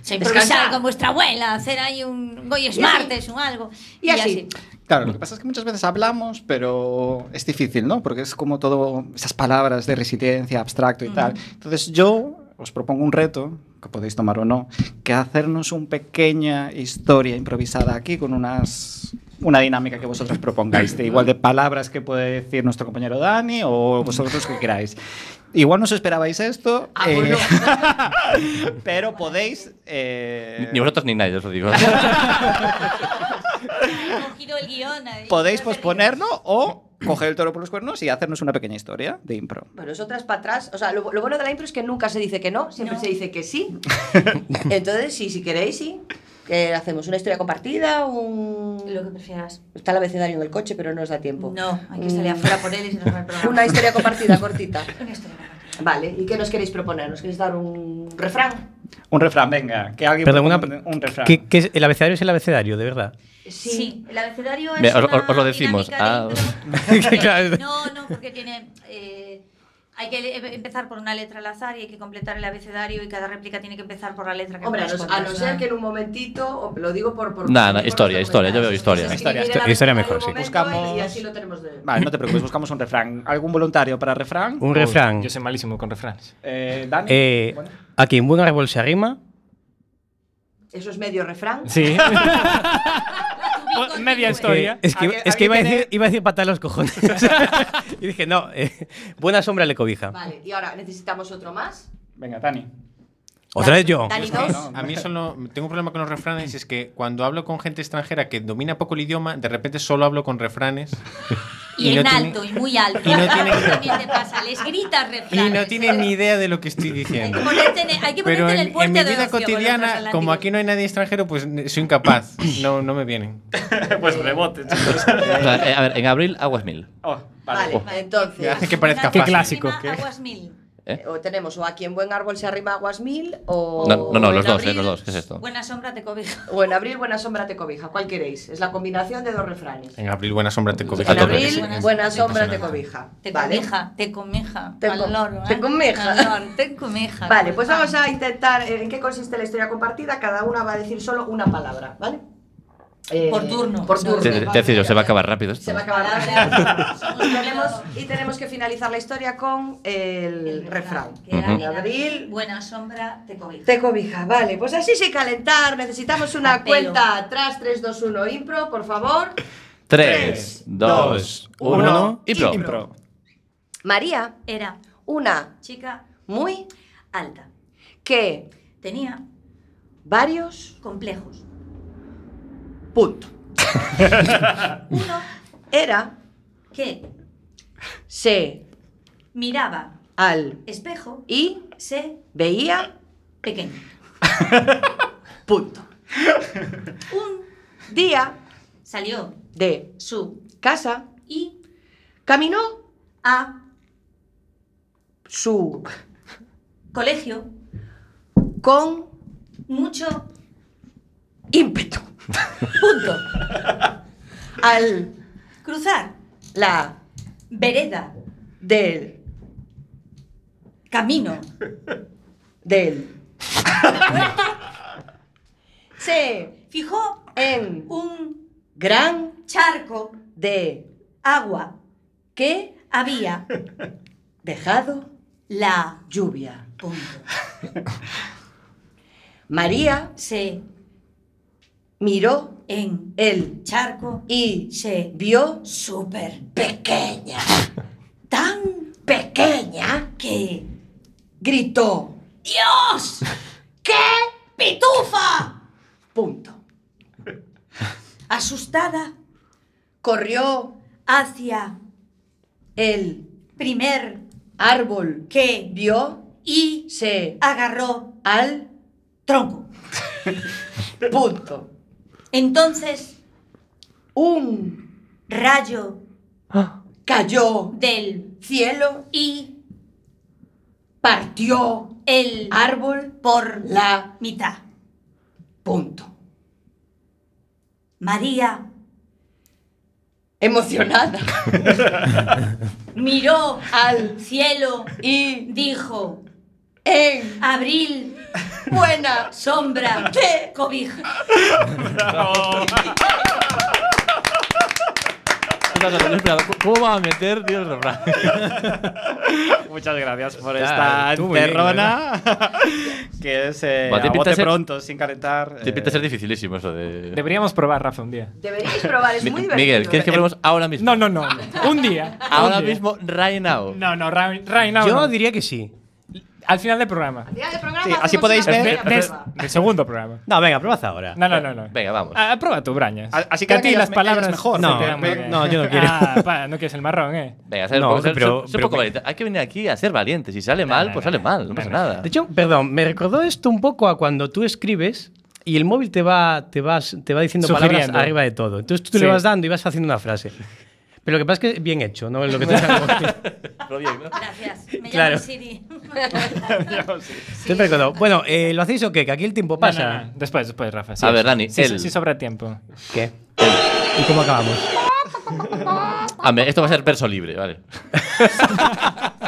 Speaker 11: Se improvisar
Speaker 10: Descansar.
Speaker 11: con vuestra abuela, hacer ahí un hoy es
Speaker 10: Y así.
Speaker 11: martes o algo.
Speaker 9: Y así. Claro, lo que pasa es que muchas veces hablamos, pero es difícil, ¿no? Porque es como todo esas palabras de resiliencia, abstracto y tal. Entonces yo os propongo un reto, que podéis tomar o no, que hacernos una pequeña historia improvisada aquí con unas una dinámica que vosotros propongáis, de igual de palabras que puede decir nuestro compañero Dani o vosotros que queráis. Igual no os esperabais esto, eh, pero podéis... eh,
Speaker 4: Ni vosotros ni nadie, os lo digo.
Speaker 11: Giro el guión. ahí.
Speaker 9: podéis posponerlo o coger el toro por los cuernos y hacernos una pequeña historia de impro.
Speaker 10: Bueno, otras para atrás. O sea, lo, lo bueno de la impro es que nunca se dice que no, siempre se dice que sí. Entonces, sí, si queréis, sí. Que hacemos una historia compartida, un...
Speaker 11: Lo que prefieras.
Speaker 10: Está el abecedario en el coche, pero no os da tiempo.
Speaker 11: No, hay que salir afuera por él y se nos va el programa.
Speaker 10: Una historia compartida, cortita.
Speaker 11: Una historia
Speaker 10: Vale, ¿y qué nos queréis proponer? ¿Nos queréis dar un refrán?
Speaker 9: Un refrán, venga, que alguien
Speaker 7: Perdón, una-
Speaker 9: proponga un, un refrán.
Speaker 7: ¿Qué- qué es- el abecedario es el abecedario, de verdad.
Speaker 11: Sí. el abecedario es.
Speaker 4: Mira, os,
Speaker 11: una
Speaker 4: os- os lo decimos.
Speaker 11: dinámica de
Speaker 7: Que claro,
Speaker 11: impro- No, no, porque tiene. eh, hay que le- empezar por una letra al azar y hay que completar el abecedario y cada réplica tiene que empezar por la letra que
Speaker 10: Hombre, a no,
Speaker 11: corresponde.
Speaker 10: a no ser que en un momentito, o- lo digo por... por
Speaker 4: Nah, nah,
Speaker 10: por
Speaker 4: historia,
Speaker 10: los
Speaker 4: historia, yo veo historia.
Speaker 10: comentarios.
Speaker 9: Historia,
Speaker 10: Entonces, si queréis
Speaker 9: historia.
Speaker 7: Historia
Speaker 10: hablar
Speaker 7: mejor,
Speaker 10: un
Speaker 7: sí.
Speaker 10: momento ¿eh?
Speaker 9: Buscamos-
Speaker 10: Y así lo tenemos de...
Speaker 9: Vale, no te preocupes, buscamos un refrán. ¿Algún voluntario para refrán?
Speaker 7: Un refrán.
Speaker 1: Yo soy malísimo con refranes.
Speaker 9: Eh, Dani.
Speaker 7: Eh,
Speaker 9: bueno,
Speaker 7: a quien buen árbol se arrima,
Speaker 10: ¿Eso es medio refrán?
Speaker 1: Sí. Media
Speaker 7: Eh,
Speaker 1: historia.
Speaker 7: es que,
Speaker 9: Alguien-
Speaker 7: es que iba, a
Speaker 9: alguien
Speaker 7: decir, iba a decir patar los cojones. y dije, no, eh, buena sombra le cobija.
Speaker 10: Vale, y ahora necesitamos otro más.
Speaker 9: Venga, Dani.
Speaker 7: Otra vez yo.
Speaker 10: Dani
Speaker 6: Es que
Speaker 10: dos.
Speaker 6: A mí eso no- tengo un problema con los refranes y es que cuando hablo con gente extranjera que domina poco el idioma, de repente solo hablo con refranes.
Speaker 11: Y, en
Speaker 6: no tiene-
Speaker 11: alto, y muy alto.
Speaker 6: y no tiene-
Speaker 11: Eso también te pasa, les gritas refranes.
Speaker 6: Y no tienen ni idea de lo que estoy
Speaker 11: Hay
Speaker 6: diciendo.
Speaker 11: que ponerte en el, hay que
Speaker 6: Pero
Speaker 11: ponerte en,
Speaker 6: en,
Speaker 11: el puerto
Speaker 6: en mi
Speaker 11: de
Speaker 6: vida
Speaker 11: ocio con los
Speaker 6: cotidiana, como
Speaker 11: transatlánticos.
Speaker 6: aquí no hay nadie extranjero, pues ne- soy incapaz. No, no me vienen.
Speaker 1: Pues rebote, chicos.
Speaker 4: O sea, eh, a ver, en abril, aguas mil.
Speaker 9: Oh, vale.
Speaker 10: pues, Vale, entonces...
Speaker 6: Hace que parezca
Speaker 1: Qué
Speaker 6: fácil.
Speaker 1: clásico.
Speaker 11: Aguas mil.
Speaker 4: ¿Eh?
Speaker 10: O tenemos o aquí en Buen Árbol se arrima aguas mil o.
Speaker 4: No, no, no,
Speaker 10: o en
Speaker 4: los dos,
Speaker 10: abril-
Speaker 4: eh, los dos. ¿Qué es esto?
Speaker 11: Buena sombra te cobija.
Speaker 10: O en abril buena sombra te cobija, ¿cuál queréis? Es la combinación de dos refranes.
Speaker 6: En abril, buena sombra te cobija.
Speaker 10: En
Speaker 6: todo lo que
Speaker 10: abril
Speaker 6: sea.
Speaker 10: buena sombra te cobija.
Speaker 11: Te
Speaker 10: ¿vale?
Speaker 11: comija, te comija.
Speaker 10: Te
Speaker 11: al
Speaker 10: com-
Speaker 11: loro,
Speaker 10: te
Speaker 11: ¿eh?
Speaker 10: comija.
Speaker 11: Al loro, Te comija.
Speaker 10: Vale, pues vamos a intentar eh, en qué consiste la historia compartida. Cada una va a decir solo una palabra, ¿vale? Eh,
Speaker 11: Por turno.
Speaker 10: Por turno.
Speaker 4: Te, te decía yo, se va a acabar rápido esto.
Speaker 10: Se va a acabar. y, tenemos, y tenemos que finalizar la historia con el, refrán.
Speaker 11: Que era
Speaker 10: En
Speaker 11: en
Speaker 10: abril,
Speaker 11: Buena sombra te cobija.
Speaker 10: Te cobija, vale. Pues así sin calentar, necesitamos una
Speaker 11: Apelo.
Speaker 10: cuenta atrás, 3, 2, 1, impro, por favor.
Speaker 4: 3, 2, 1 y pro.
Speaker 10: María
Speaker 11: era
Speaker 10: una
Speaker 11: chica
Speaker 10: muy
Speaker 11: alta.
Speaker 10: que
Speaker 11: Tenía
Speaker 10: varios
Speaker 11: complejos.
Speaker 10: punto.
Speaker 11: Uno
Speaker 10: Era,
Speaker 11: que
Speaker 10: se,
Speaker 11: miraba
Speaker 10: al,
Speaker 11: espejo
Speaker 10: y
Speaker 11: se
Speaker 10: veía
Speaker 11: pequeño.
Speaker 10: punto. Un día
Speaker 11: Salió
Speaker 10: de
Speaker 11: su
Speaker 10: casa
Speaker 11: y
Speaker 10: caminó
Speaker 11: a
Speaker 10: su
Speaker 11: colegio
Speaker 10: con
Speaker 11: mucho
Speaker 10: ímpetu.
Speaker 11: punto.
Speaker 10: Al,
Speaker 11: Cruzar
Speaker 10: la,
Speaker 11: vereda,
Speaker 10: del,
Speaker 11: camino,
Speaker 10: del. se,
Speaker 11: fijó
Speaker 10: en,
Speaker 11: un
Speaker 10: gran,
Speaker 11: charco,
Speaker 10: de,
Speaker 11: agua,
Speaker 10: que,
Speaker 11: había
Speaker 10: dejado,
Speaker 11: la
Speaker 10: lluvia.
Speaker 11: punto.
Speaker 10: María
Speaker 11: Se
Speaker 10: miró
Speaker 11: en
Speaker 10: el
Speaker 11: charco
Speaker 10: y
Speaker 11: se
Speaker 10: vio
Speaker 11: súper
Speaker 10: pequeña,
Speaker 11: tan
Speaker 10: pequeña,
Speaker 11: que
Speaker 10: gritó,
Speaker 11: Dios, qué pitufa.
Speaker 10: punto.
Speaker 11: Asustada
Speaker 10: Corrió
Speaker 11: hacia
Speaker 10: el
Speaker 11: primer
Speaker 10: árbol
Speaker 11: que
Speaker 10: vio,
Speaker 11: y
Speaker 10: se
Speaker 11: agarró
Speaker 10: al
Speaker 11: tronco.
Speaker 10: punto.
Speaker 11: Entonces
Speaker 10: Un
Speaker 11: rayo
Speaker 10: cayó
Speaker 11: del
Speaker 10: cielo,
Speaker 11: y
Speaker 10: partió
Speaker 11: el
Speaker 10: árbol
Speaker 11: por
Speaker 10: la
Speaker 11: mitad.
Speaker 10: punto.
Speaker 11: María
Speaker 10: Emocionada
Speaker 11: miró
Speaker 10: al
Speaker 11: cielo
Speaker 10: y
Speaker 11: dijo,
Speaker 10: en
Speaker 11: abril,
Speaker 10: buena
Speaker 11: sombra, te cobija.
Speaker 4: Espera, espera, espera, ¿Cómo va a meter, tío, el refrán?
Speaker 5: Muchas gracias por
Speaker 4: Claro,
Speaker 5: esta
Speaker 4: tú muy bien,
Speaker 5: encerrona. que es eh,
Speaker 4: Va, te
Speaker 5: a
Speaker 4: pinta
Speaker 5: bote
Speaker 4: ser-
Speaker 5: pronto, sin calentar.
Speaker 4: Te
Speaker 5: eh,
Speaker 4: pinta ser dificilísimo eso de.
Speaker 5: Deberíamos probar, Rafa, un día.
Speaker 10: Deberíais probar, es
Speaker 4: Mi-
Speaker 10: muy divertido. ¿eh?
Speaker 4: Miguel, ¿quieres que probemos ahora mismo?
Speaker 5: No, no, no. Un día.
Speaker 4: Ahora
Speaker 5: un día.
Speaker 4: mismo, right now.
Speaker 5: No, no, right, right now
Speaker 7: Yo
Speaker 5: no.
Speaker 7: diría que sí.
Speaker 5: Al final del programa.
Speaker 10: Al final del
Speaker 11: Ah,
Speaker 10: programa
Speaker 5: Sí,
Speaker 10: hacemos
Speaker 5: así podéis
Speaker 10: una
Speaker 5: ver.
Speaker 10: pequeña
Speaker 5: Des,
Speaker 10: prueba.
Speaker 5: del segundo programa.
Speaker 7: No, venga, prueba ahora.
Speaker 5: No, no, no. no.
Speaker 4: Venga, vamos.
Speaker 5: Ah, prueba tú, Brañas.
Speaker 6: A- así
Speaker 5: que a
Speaker 6: creo que
Speaker 5: ti
Speaker 6: ellas
Speaker 5: las
Speaker 6: me-
Speaker 5: palabras
Speaker 6: ellas mejor,
Speaker 5: se
Speaker 7: no,
Speaker 5: te dan muy
Speaker 7: me-
Speaker 5: bien.
Speaker 7: no, yo no quiero.
Speaker 5: Ah, pa, no quieres el marrón, ¿eh?
Speaker 4: Venga, ser,
Speaker 7: No,
Speaker 4: poco- ser-
Speaker 7: pero-
Speaker 4: ser- ser
Speaker 7: pero
Speaker 4: poco
Speaker 7: que-
Speaker 4: valiente. Hay que venir aquí a ser valientes. Si sale mal,
Speaker 5: no,
Speaker 4: pues
Speaker 5: no,
Speaker 4: sale mal. No pasa nada.
Speaker 7: De hecho, perdón, me recordó esto un poco a cuando tú escribes y el móvil te va, te vas- te va diciendo palabras
Speaker 5: Sugiriendo.
Speaker 7: arriba de todo. Entonces tú le
Speaker 5: Sí.
Speaker 7: vas dando y vas haciendo una frase. Pero lo que pasa es que bien hecho, ¿no? Lo que te
Speaker 4: Pero bien, ¿no?
Speaker 11: Gracias. Me llamo
Speaker 7: Claro.
Speaker 11: Siri.
Speaker 7: Te recordó. Bueno, eh, ¿lo hacéis o qué? Que aquí el tiempo
Speaker 5: No, no,
Speaker 7: pasa.
Speaker 5: no. Después, después, Rafa.
Speaker 4: A ver, Dani,
Speaker 5: Sí,
Speaker 4: él.
Speaker 5: sí sobra tiempo.
Speaker 7: ¿Qué? ¿Y cómo acabamos?
Speaker 4: Ah, me- esto va a ser verso libre, vale.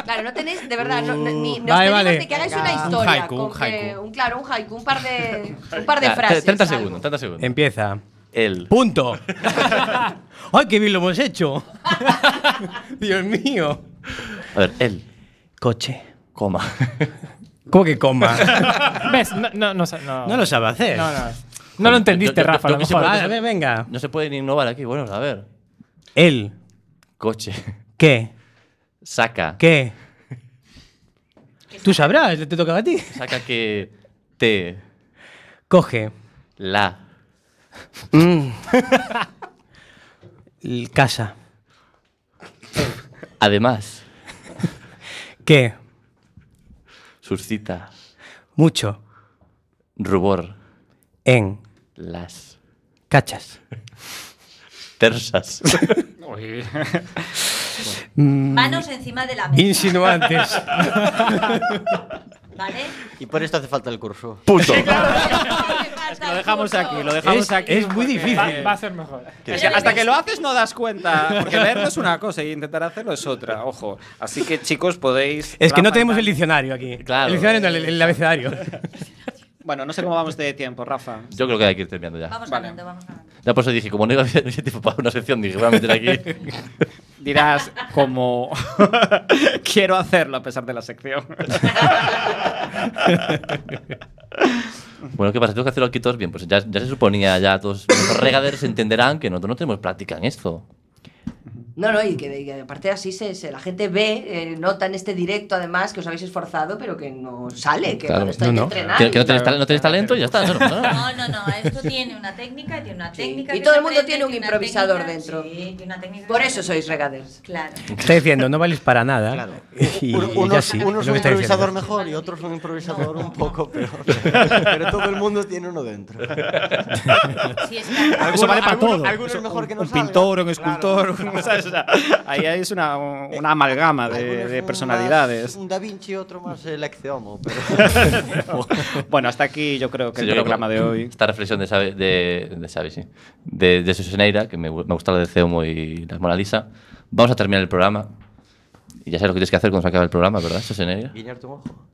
Speaker 10: Claro, no tenéis, de verdad, no, no- ni, no os
Speaker 7: Vale,
Speaker 10: pedimos
Speaker 7: vale.
Speaker 10: de que hagáis
Speaker 7: Venga.
Speaker 10: una
Speaker 7: Un
Speaker 10: historia.
Speaker 7: haiku,
Speaker 10: con
Speaker 7: un
Speaker 10: que-
Speaker 7: haiku.
Speaker 10: un- claro, un haiku, un par de, un par de
Speaker 4: Ah,
Speaker 10: frases.
Speaker 4: 30
Speaker 10: algo.
Speaker 4: segundos, 30 segundos.
Speaker 7: Empieza.
Speaker 4: El.
Speaker 7: ¡Punto! ¡Ay, qué bien lo hemos hecho! Dios mío.
Speaker 4: A ver, el.
Speaker 7: Coche.
Speaker 4: Coma.
Speaker 7: ¿Cómo que coma?
Speaker 5: ¿Ves? No, no, no, sa- no.
Speaker 7: No lo sabe hacer.
Speaker 5: No, no. No lo entendiste,
Speaker 4: Yo- yo-
Speaker 5: Rafa, a
Speaker 4: yo
Speaker 5: lo
Speaker 4: quise
Speaker 5: mejor.
Speaker 4: poner-
Speaker 7: Vale, Ah, venga.
Speaker 4: No se puede ni innovar aquí. Bueno, a ver.
Speaker 7: El.
Speaker 4: Coche.
Speaker 7: ¿Qué?
Speaker 4: Saca.
Speaker 7: ¿Qué? Tú sabrás, te toca a ti.
Speaker 4: Saca que. Te.
Speaker 7: Coge
Speaker 4: La.
Speaker 7: el casa.
Speaker 4: Además.
Speaker 7: ¿Qué?
Speaker 4: Suscita.
Speaker 7: Mucho.
Speaker 4: Rubor.
Speaker 7: En.
Speaker 4: Las.
Speaker 7: Cachas.
Speaker 4: Tersas.
Speaker 7: Mm,
Speaker 11: Manos encima de la mesa.
Speaker 7: Insinuantes.
Speaker 11: ¿Vale?
Speaker 8: Y por esto hace falta el curso.
Speaker 7: Puto.
Speaker 12: Lo dejamos aquí, lo dejamos
Speaker 7: Es-
Speaker 12: aquí.
Speaker 7: es muy
Speaker 12: porque
Speaker 7: difícil.
Speaker 12: va- va a ser-
Speaker 5: ser mejor.
Speaker 12: Es
Speaker 13: que hasta que lo
Speaker 12: haces
Speaker 13: haces no das cuenta, porque leerlo es una cosa y intentar hacerlo es otra, ojo. Así que chicos podéis...
Speaker 7: Es que no tenemos el diccionario aquí.
Speaker 4: Claro.
Speaker 7: El diccionario no, el, el abecedario.
Speaker 13: Bueno, no sé cómo vamos de tiempo, Rafa.
Speaker 4: Yo creo que hay que ir terminando ya.
Speaker 13: Vamos ganando,
Speaker 11: vamos
Speaker 4: Ya por eso dije, como no iba a haber tiempo para una sección, dije, voy a meter aquí.
Speaker 13: Dirás como... Quiero hacerlo a pesar de la sección.
Speaker 4: Bueno, ¿qué pasa? Tengo que hacerlo aquí todos bien. Pues ya, ya se suponía, ya todos los regaderos entenderán que nosotros no tenemos práctica en esto.
Speaker 10: No, no, y que, y que aparte así se, se- la gente ve, eh, nota en este directo además que os habéis esforzado, pero que no sale, que
Speaker 4: Claro.
Speaker 10: no estáis
Speaker 4: No, no.
Speaker 10: entrenados.
Speaker 4: Que- que no tenéis tal- no tenéis talento y ya está, eso no pasa nada.
Speaker 11: No, no, no. Esto tiene una técnica, tiene una técnica.
Speaker 10: Y
Speaker 11: que
Speaker 10: todo
Speaker 11: se
Speaker 10: el mundo
Speaker 11: aprende,
Speaker 10: tiene un
Speaker 11: una
Speaker 10: improvisador
Speaker 11: técnica,
Speaker 10: dentro.
Speaker 11: Sí, y una técnica.
Speaker 10: Por eso sois regaders.
Speaker 11: Claro.
Speaker 7: Está diciendo, no vales para nada. Y,
Speaker 8: Uno-
Speaker 7: y
Speaker 8: unos
Speaker 7: ya
Speaker 8: unos
Speaker 7: sí. es lo
Speaker 8: un
Speaker 7: que está diciendo.
Speaker 8: improvisador mejor y otros un improvisador un poco peor. Pero todo el mundo tiene uno dentro.
Speaker 11: Sí, es
Speaker 13: Eso vale para todo.
Speaker 8: Algunos mejor que no
Speaker 13: un
Speaker 8: salga.
Speaker 13: pintor, un escultor, un- ¿sabes? O sea, ahí es una, una amalgama de, de personalidades.
Speaker 8: Más un Da Vinci, otro más el Ecce Homo, pero-
Speaker 13: bueno, hasta aquí yo creo que
Speaker 4: Sí,
Speaker 13: el
Speaker 4: yo creo
Speaker 13: programa
Speaker 4: que
Speaker 13: de hoy.
Speaker 4: Esta reflexión de Xavi, de, de Xavi, sí. De, de Suseneira, que me, gu- me gusta lo de Ceumo y la Mona Lisa. Vamos a terminar el programa. Y ya sabes lo que tienes que hacer cuando se acabe el programa, ¿verdad, Suseneira?
Speaker 8: Guiñarte un ojo.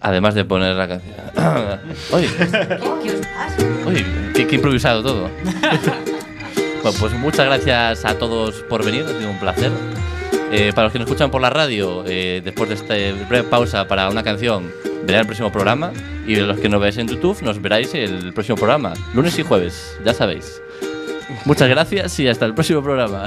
Speaker 4: Además de poner la canción. Oye, oye, qué, qué improvisado todo. Bueno, pues muchas gracias a todos por venir, ha sido un placer. Eh, para los que nos escuchan por la radio, eh, después de esta breve pausa para una canción, verán el próximo programa. Y los que nos veáis en YouTube, nos veráis el próximo programa, lunes y jueves, ya sabéis. Muchas gracias y hasta el próximo programa.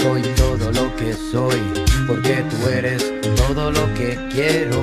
Speaker 14: Soy todo lo que soy, porque tú eres todo lo que quiero.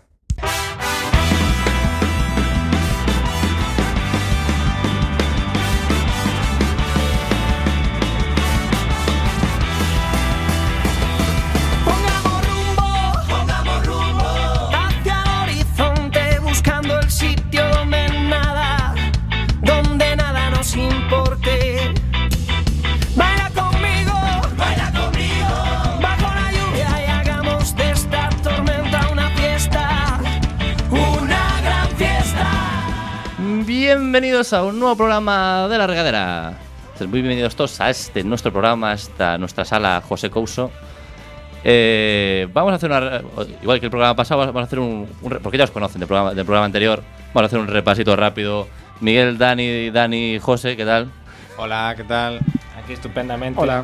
Speaker 3: Pongamos rumbo hacia el horizonte buscando el sitio donde nada, donde nada nos importe. Baila conmigo, baila conmigo, bajo la lluvia y hagamos de esta tormenta una fiesta, una gran fiesta.
Speaker 4: Bienvenidos a un nuevo programa de La Regadera. Sed Muy bienvenidos todos a este nuestro programa, a esta nuestra sala José Couso. Eh, vamos a hacer una. Igual que el programa pasado, vamos a hacer un. un re- porque ya os conocen del programa, del programa anterior. Vamos a hacer un repasito rápido. Miguel, Dani, Dani, José, ¿qué tal?
Speaker 6: Hola, ¿qué tal?
Speaker 5: Aquí estupendamente.
Speaker 6: Hola.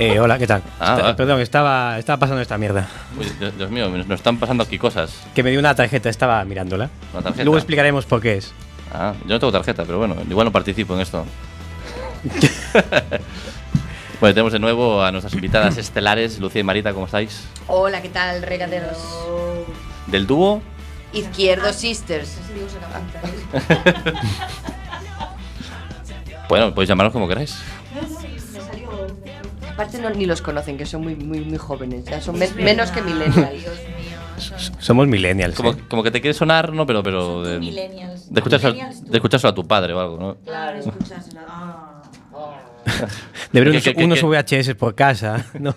Speaker 7: Eh, hola, ¿qué tal?
Speaker 4: Ah,
Speaker 7: Está-
Speaker 4: va.
Speaker 7: perdón, estaba, estaba pasando esta mierda.
Speaker 4: Uy, Dios, Dios mío, nos están pasando aquí cosas.
Speaker 7: Que me dio una tarjeta, estaba mirándola.
Speaker 4: Una tarjeta.
Speaker 7: Luego explicaremos por qué es.
Speaker 4: Ah, yo no tengo tarjeta, pero bueno, igual no participo en esto. bueno, tenemos de nuevo a nuestras invitadas estelares, Lucía y Marita, ¿cómo estáis?
Speaker 10: Hola, ¿qué tal, regaderos?
Speaker 4: Del dúo.
Speaker 10: Izquierdo Sisters. Ah.
Speaker 4: Bueno, podéis llamarlos como queráis.
Speaker 10: Aparte no, ni los conocen, que son muy, muy, muy jóvenes, ya son me- menos que millennials.
Speaker 7: Somos millennials. ¿eh?
Speaker 4: Como, como que te quiere sonar, ¿no? Pero, pero de,
Speaker 10: millennials.
Speaker 4: de escuchárselo,
Speaker 10: Millennials tú.
Speaker 4: de escuchárselo a tu padre o algo, ¿no?
Speaker 11: Claro, escuchárselo. Ah.
Speaker 7: Debería
Speaker 4: ¿Qué-
Speaker 7: unos,
Speaker 4: qué- qué-
Speaker 7: unos
Speaker 4: qué?
Speaker 7: VHS por casa, ¿no?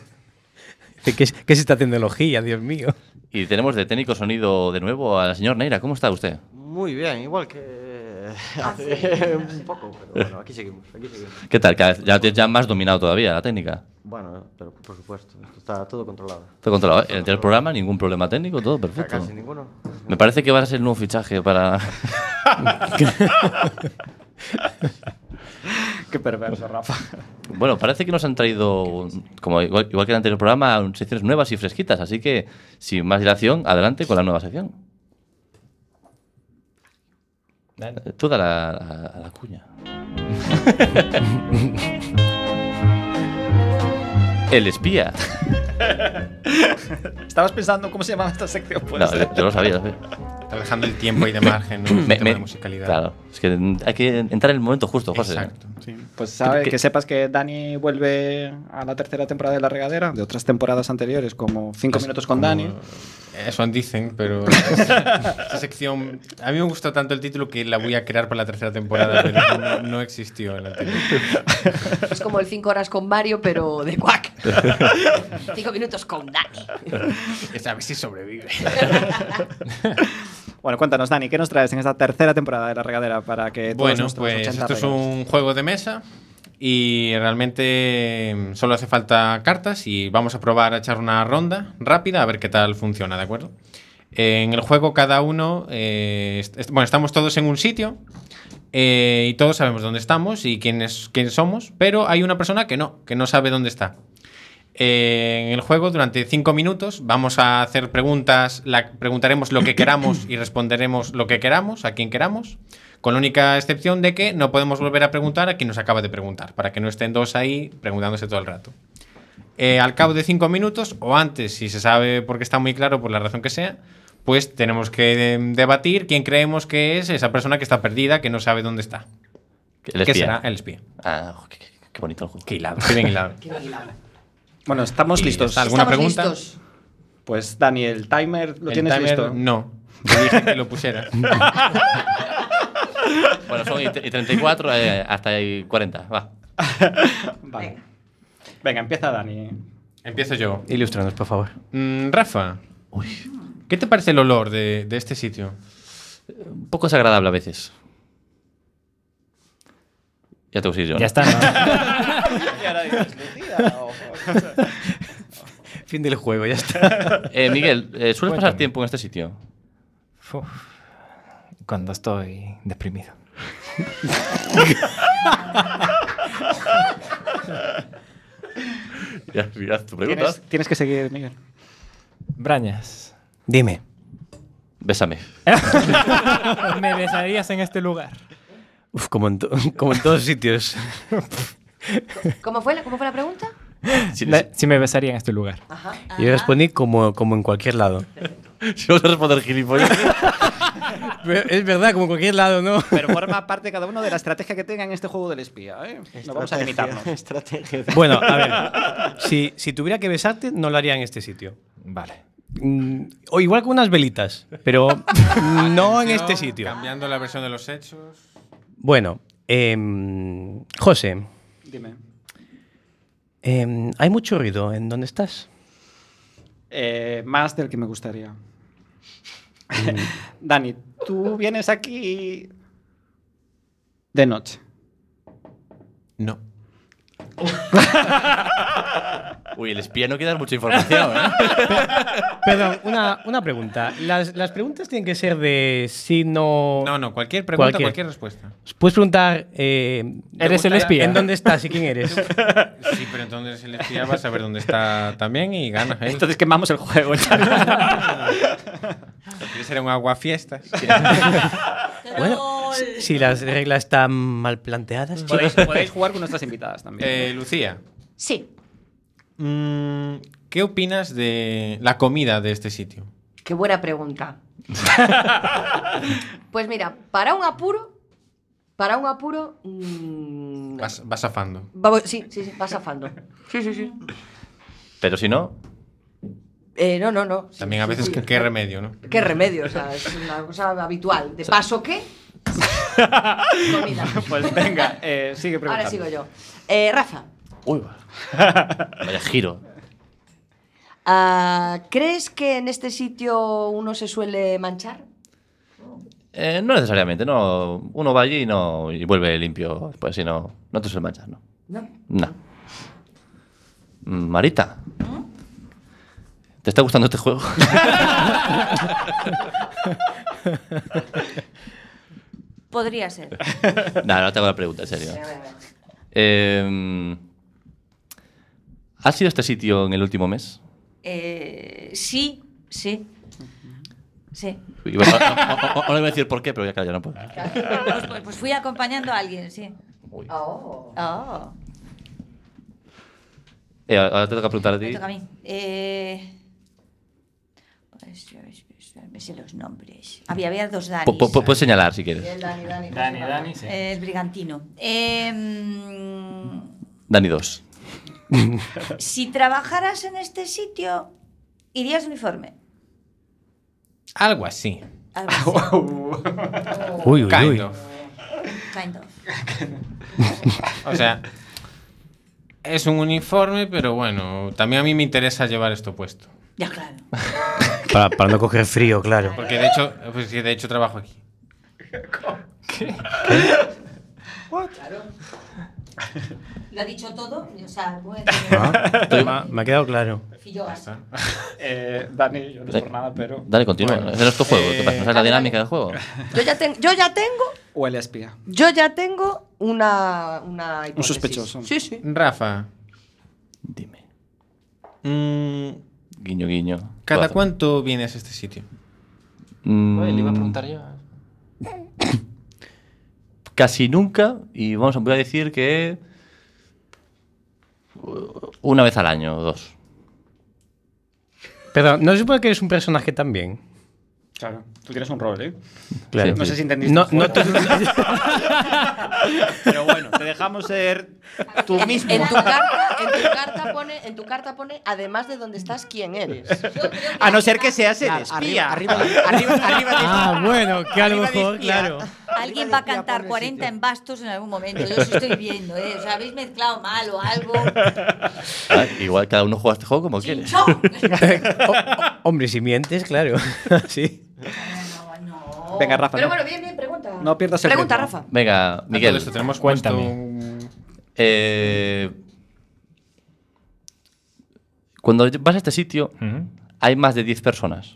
Speaker 7: ¿Qué es, qué es esta tecnología, Dios mío?
Speaker 4: Y tenemos de técnico sonido de nuevo al señor Neira. ¿Cómo está usted?
Speaker 8: Muy bien, igual que eh,
Speaker 11: sí,
Speaker 8: hace
Speaker 11: no sé.
Speaker 8: un poco, pero bueno, aquí seguimos, aquí seguimos.
Speaker 4: ¿Qué tal? Que Ya tienes ya más dominado todavía la técnica.
Speaker 8: Bueno, pero por supuesto, esto está todo controlado.
Speaker 4: Te he controlado. ¿eh? En el anterior programa, ningún problema técnico, todo perfecto.
Speaker 8: Casi ninguno.
Speaker 4: Me parece que va a ser el nuevo fichaje para.
Speaker 13: Qué perverso, Rafa.
Speaker 4: Bueno, parece que nos han traído, un- como igual, igual que en el anterior programa, un- secciones nuevas y fresquitas. Así que, sin más dilación, adelante con la nueva sección. Eh, Tú da la, a- a la cuña. el espía.
Speaker 13: Estabas pensando cómo se llamaba esta sección. pues. puede
Speaker 4: No,
Speaker 13: ser.
Speaker 4: yo lo sabía.
Speaker 6: Está dejando el tiempo ahí de margen, ¿no?
Speaker 4: Me-
Speaker 6: El tema
Speaker 4: me-
Speaker 6: de musicalidad.
Speaker 4: Claro, es que mm, hay que entrar en el momento justo, José.
Speaker 6: Exacto, sí.
Speaker 13: Pues
Speaker 9: sabe,
Speaker 13: que-
Speaker 9: que sepas que Dani vuelve a la tercera temporada de La Regadera, de otras temporadas anteriores, como 5
Speaker 6: Es
Speaker 9: minutos con
Speaker 6: como-
Speaker 9: Dani.
Speaker 6: Eso dicen, pero esta sección. A mí me gustó tanto el título que la voy a crear para la tercera temporada, pero no, no existió en la
Speaker 10: Es como el 5 horas con Mario, pero de cuac. 5 minutos con Dani.
Speaker 6: A ver si sobrevive.
Speaker 9: Bueno, cuéntanos, Dani, ¿qué nos traes en esta tercera temporada de La Regadera para que todos
Speaker 6: Bueno,
Speaker 9: nuestros
Speaker 6: pues
Speaker 9: 80
Speaker 6: esto es
Speaker 9: regales?
Speaker 6: un juego de mesa y realmente mm, solo hace falta cartas y vamos a probar a echar una ronda rápida a ver qué tal funciona, ¿de acuerdo? En el juego cada uno, eh, est- est- bueno, estamos todos en un sitio eh, y todos sabemos dónde estamos y quiénes, quiénes somos, pero hay una persona que no, que no sabe dónde está. Eh, en el juego durante cinco minutos vamos a hacer preguntas, la- preguntaremos lo que queramos y responderemos lo que queramos a quien queramos, con la única excepción de que no podemos volver a preguntar a quien nos acaba de preguntar, para que no estén dos ahí preguntándose todo el rato. Eh, al cabo de cinco minutos, o antes, si se sabe porque está muy claro por la razón que sea, pues tenemos que eh, debatir quién creemos que es esa persona que está perdida, que no sabe dónde está.
Speaker 4: El
Speaker 6: ¿Qué
Speaker 4: espía.
Speaker 6: será? El espía.
Speaker 4: Ah, jo, qué, qué- qué bonito el juego.
Speaker 6: Qué hilado, qué bien hilado.
Speaker 9: Bueno, estamos
Speaker 6: Y
Speaker 9: listos.
Speaker 6: está, ¿alguna Estamos pregunta? listos.
Speaker 9: Pues Dani, el timer lo
Speaker 6: ¿El
Speaker 9: tienes
Speaker 6: timer?
Speaker 9: listo.
Speaker 6: No. Le dije que lo pusiera.
Speaker 4: Bueno, son y, tre- y 34 eh, hasta ahí 40. Va.
Speaker 9: Vale. Venga, empieza Dani.
Speaker 6: Empiezo yo.
Speaker 7: Ilústranos, por favor.
Speaker 6: Mm, Rafa, ¿qué te parece el olor de, de este sitio?
Speaker 4: Un poco desagradable a veces. Ya tengo que ir yo. ¿no?
Speaker 7: Ya está,
Speaker 13: Y ahora dices, "Lucía", o-
Speaker 7: Fin del juego, ya está.
Speaker 4: Eh, Miguel, eh, ¿sueles pasar
Speaker 1: Cuéntame.
Speaker 4: tiempo en este sitio?
Speaker 1: Uf, cuando estoy deprimido.
Speaker 4: Ya, mira, tu pregunta.
Speaker 9: Tienes, tienes que seguir, Miguel.
Speaker 1: Brañas.
Speaker 7: Dime.
Speaker 4: Bésame.
Speaker 12: Me besarías en este lugar.
Speaker 7: Uf, como en, to- como en todos sitios.
Speaker 10: ¿Cómo fue, la, ¿Cómo fue la pregunta?
Speaker 1: Na- Si me besaría en este lugar.
Speaker 7: Y yo respondí como, como en cualquier lado.
Speaker 4: Si vas a responder gilipollas.
Speaker 7: es verdad, como en cualquier lado, ¿no?
Speaker 9: Pero forma parte cada uno de la estrategia que tenga en este juego del espía. ¿eh? No vamos a
Speaker 8: Estrategia,
Speaker 9: limitarnos.
Speaker 8: Estrategia.
Speaker 7: Bueno, a ver. Si, si tuviera que besarte, no lo haría en este sitio.
Speaker 1: Vale.
Speaker 7: Mm, O igual con unas velitas, pero no en este sitio.
Speaker 6: Cambiando la versión de los hechos.
Speaker 7: Bueno, em, José,
Speaker 13: Dime.
Speaker 7: em, hay mucho ruido en donde estás.
Speaker 13: Eh, más del que me gustaría.
Speaker 4: Mm.
Speaker 13: Dani, tú vienes aquí de noche.
Speaker 6: No.
Speaker 4: Uy, el espía no quiere dar mucha información, ¿eh?
Speaker 7: Perdón, una, una pregunta. Las, las preguntas tienen que ser de si no.
Speaker 6: No, no, cualquier pregunta, cualquier respuesta.
Speaker 7: Puedes preguntar. eh,
Speaker 6: ¿Eres el espía?
Speaker 7: ¿En dónde estás y quién eres?
Speaker 6: Sí, pero entonces el espía va a saber dónde está también y ¿eh? gana.
Speaker 13: Entonces quemamos el juego.
Speaker 6: Quiere ser un aguafiestas.
Speaker 7: bueno, si, si las reglas están mal planteadas,
Speaker 13: Podéis,
Speaker 7: chicos.
Speaker 13: podéis jugar con nuestras invitadas también.
Speaker 6: Eh, Lucía,
Speaker 10: Sí.
Speaker 6: mm, ¿qué opinas de la comida de este sitio?
Speaker 10: Qué buena pregunta. pues mira, para un apuro, para un apuro, mm,
Speaker 6: Vas, vas afando.
Speaker 10: vamos- sí, sí, sí, vas afando. Sí, sí, sí.
Speaker 4: Pero si no,
Speaker 10: Eh, no, no, no. sí,
Speaker 6: También a
Speaker 10: sí,
Speaker 6: veces,
Speaker 10: sí.
Speaker 6: ¿qué, qué remedio, ¿no?
Speaker 10: Qué remedio, o sea, es una cosa habitual. ¿De paso qué? Comida.
Speaker 13: Pues venga, eh, sigue preguntando.
Speaker 10: Ahora sigo yo. Eh, Rafa,
Speaker 4: Uy, vaya giro.
Speaker 10: ah, ¿crees que en este sitio uno se suele manchar?
Speaker 4: Eh, no necesariamente, no. Uno va allí y, no, y vuelve limpio después, si no, no te suele manchar, ¿no?
Speaker 10: No.
Speaker 4: No. Mm, Marita, ¿te está gustando este juego?
Speaker 11: Podría ser.
Speaker 4: no, no te hago la pregunta, en serio. Eh, ¿Has ido a este sitio en el último mes?
Speaker 11: Eh, sí, sí. Sí.
Speaker 4: Y bueno, o- o- o- o no iba a decir por qué, pero ya, claro, ya no puedo.
Speaker 11: Pues, pues fui acompañando a alguien, sí.
Speaker 10: Oh.
Speaker 11: Oh,
Speaker 4: Eh, ahora te toca preguntar a
Speaker 11: me
Speaker 4: ti.
Speaker 11: toca a mí. Eh, pues, a ver, espera, me sé los nombres. Había, había dos Danis.
Speaker 4: Pu- pu- Puedes señalar si quieres.
Speaker 10: El Dani, Dani.
Speaker 5: Dani, Dani, sí.
Speaker 11: Eh, El brigantino. Eh, mm,
Speaker 4: Dani 2.
Speaker 11: si trabajaras en este sitio, irías uniforme.
Speaker 6: Algo así.
Speaker 11: Algo así.
Speaker 7: Uy, uy,
Speaker 6: Kind
Speaker 7: uy.
Speaker 6: of.
Speaker 11: Kind of.
Speaker 6: O sea, es un uniforme, pero bueno, también a mí me interesa llevar esto puesto.
Speaker 11: Ya, claro.
Speaker 7: Para, para no coger frío, claro.
Speaker 6: Porque de hecho, pues sí, de hecho trabajo aquí.
Speaker 11: Lo ha dicho todo. O sea, bueno.
Speaker 7: Ma- me ha quedado claro.
Speaker 11: Filloas.
Speaker 13: Eh, Dani, yo no es por nada, pero.
Speaker 4: Dani, continúa.
Speaker 13: Bueno.
Speaker 4: Ese no es tu juego. ¿Qué
Speaker 13: Eh,
Speaker 4: pasa? ¿No sabes la dinámica del juego?
Speaker 10: Yo ya, ten- yo ya tengo,
Speaker 13: O el espía.
Speaker 10: yo ya tengo una, una hipótesis.
Speaker 13: sospechoso.
Speaker 10: Sí, sí.
Speaker 6: Rafa. Dime.
Speaker 4: Guiño, guiño.
Speaker 6: Mm, ¿Cada
Speaker 4: Corazón.
Speaker 6: cuánto vienes a este sitio?
Speaker 4: Mm,
Speaker 1: yo.
Speaker 4: Casi nunca. Y vamos, a- voy a decir que. uh, Una vez al año o dos.
Speaker 7: Perdón, ¿no se supone que eres un personaje también?
Speaker 13: Claro, tú tienes un rol, ¿eh?
Speaker 7: Claro.
Speaker 13: No sé si entendiste.
Speaker 7: No-
Speaker 13: el juego.
Speaker 7: no te-
Speaker 13: Pero bueno, te dejamos ser tú
Speaker 10: En,
Speaker 13: mismo.
Speaker 10: en tu carta, en, tu carta pone, en tu carta pone, además de dónde estás, quién eres.
Speaker 13: A no ser que seas el
Speaker 10: Claro,
Speaker 13: espía.
Speaker 10: arriba-
Speaker 13: arriba, arriba
Speaker 7: Ah, bueno, que a lo mejor,
Speaker 13: espía.
Speaker 7: claro.
Speaker 11: Alguien va a cantar 40 en bastos en algún momento. Yo os estoy viendo, ¿eh? O sea, habéis mezclado mal o algo.
Speaker 4: Ah, Igual cada uno juega este juego como quiere.
Speaker 11: ¡Chinchón!
Speaker 7: Hombre, si mientes, claro. sí.
Speaker 13: Venga, Rafa.
Speaker 10: Pero
Speaker 13: no.
Speaker 10: bueno, bien, bien, pregunta.
Speaker 13: No pierdas el
Speaker 10: Pregunta,
Speaker 13: ritmo.
Speaker 10: Rafa.
Speaker 4: Venga, Miguel.
Speaker 6: esto tenemos
Speaker 1: Cuéntame.
Speaker 6: puesto un-
Speaker 4: Eh, cuando vas a este sitio, hay más de 10 personas.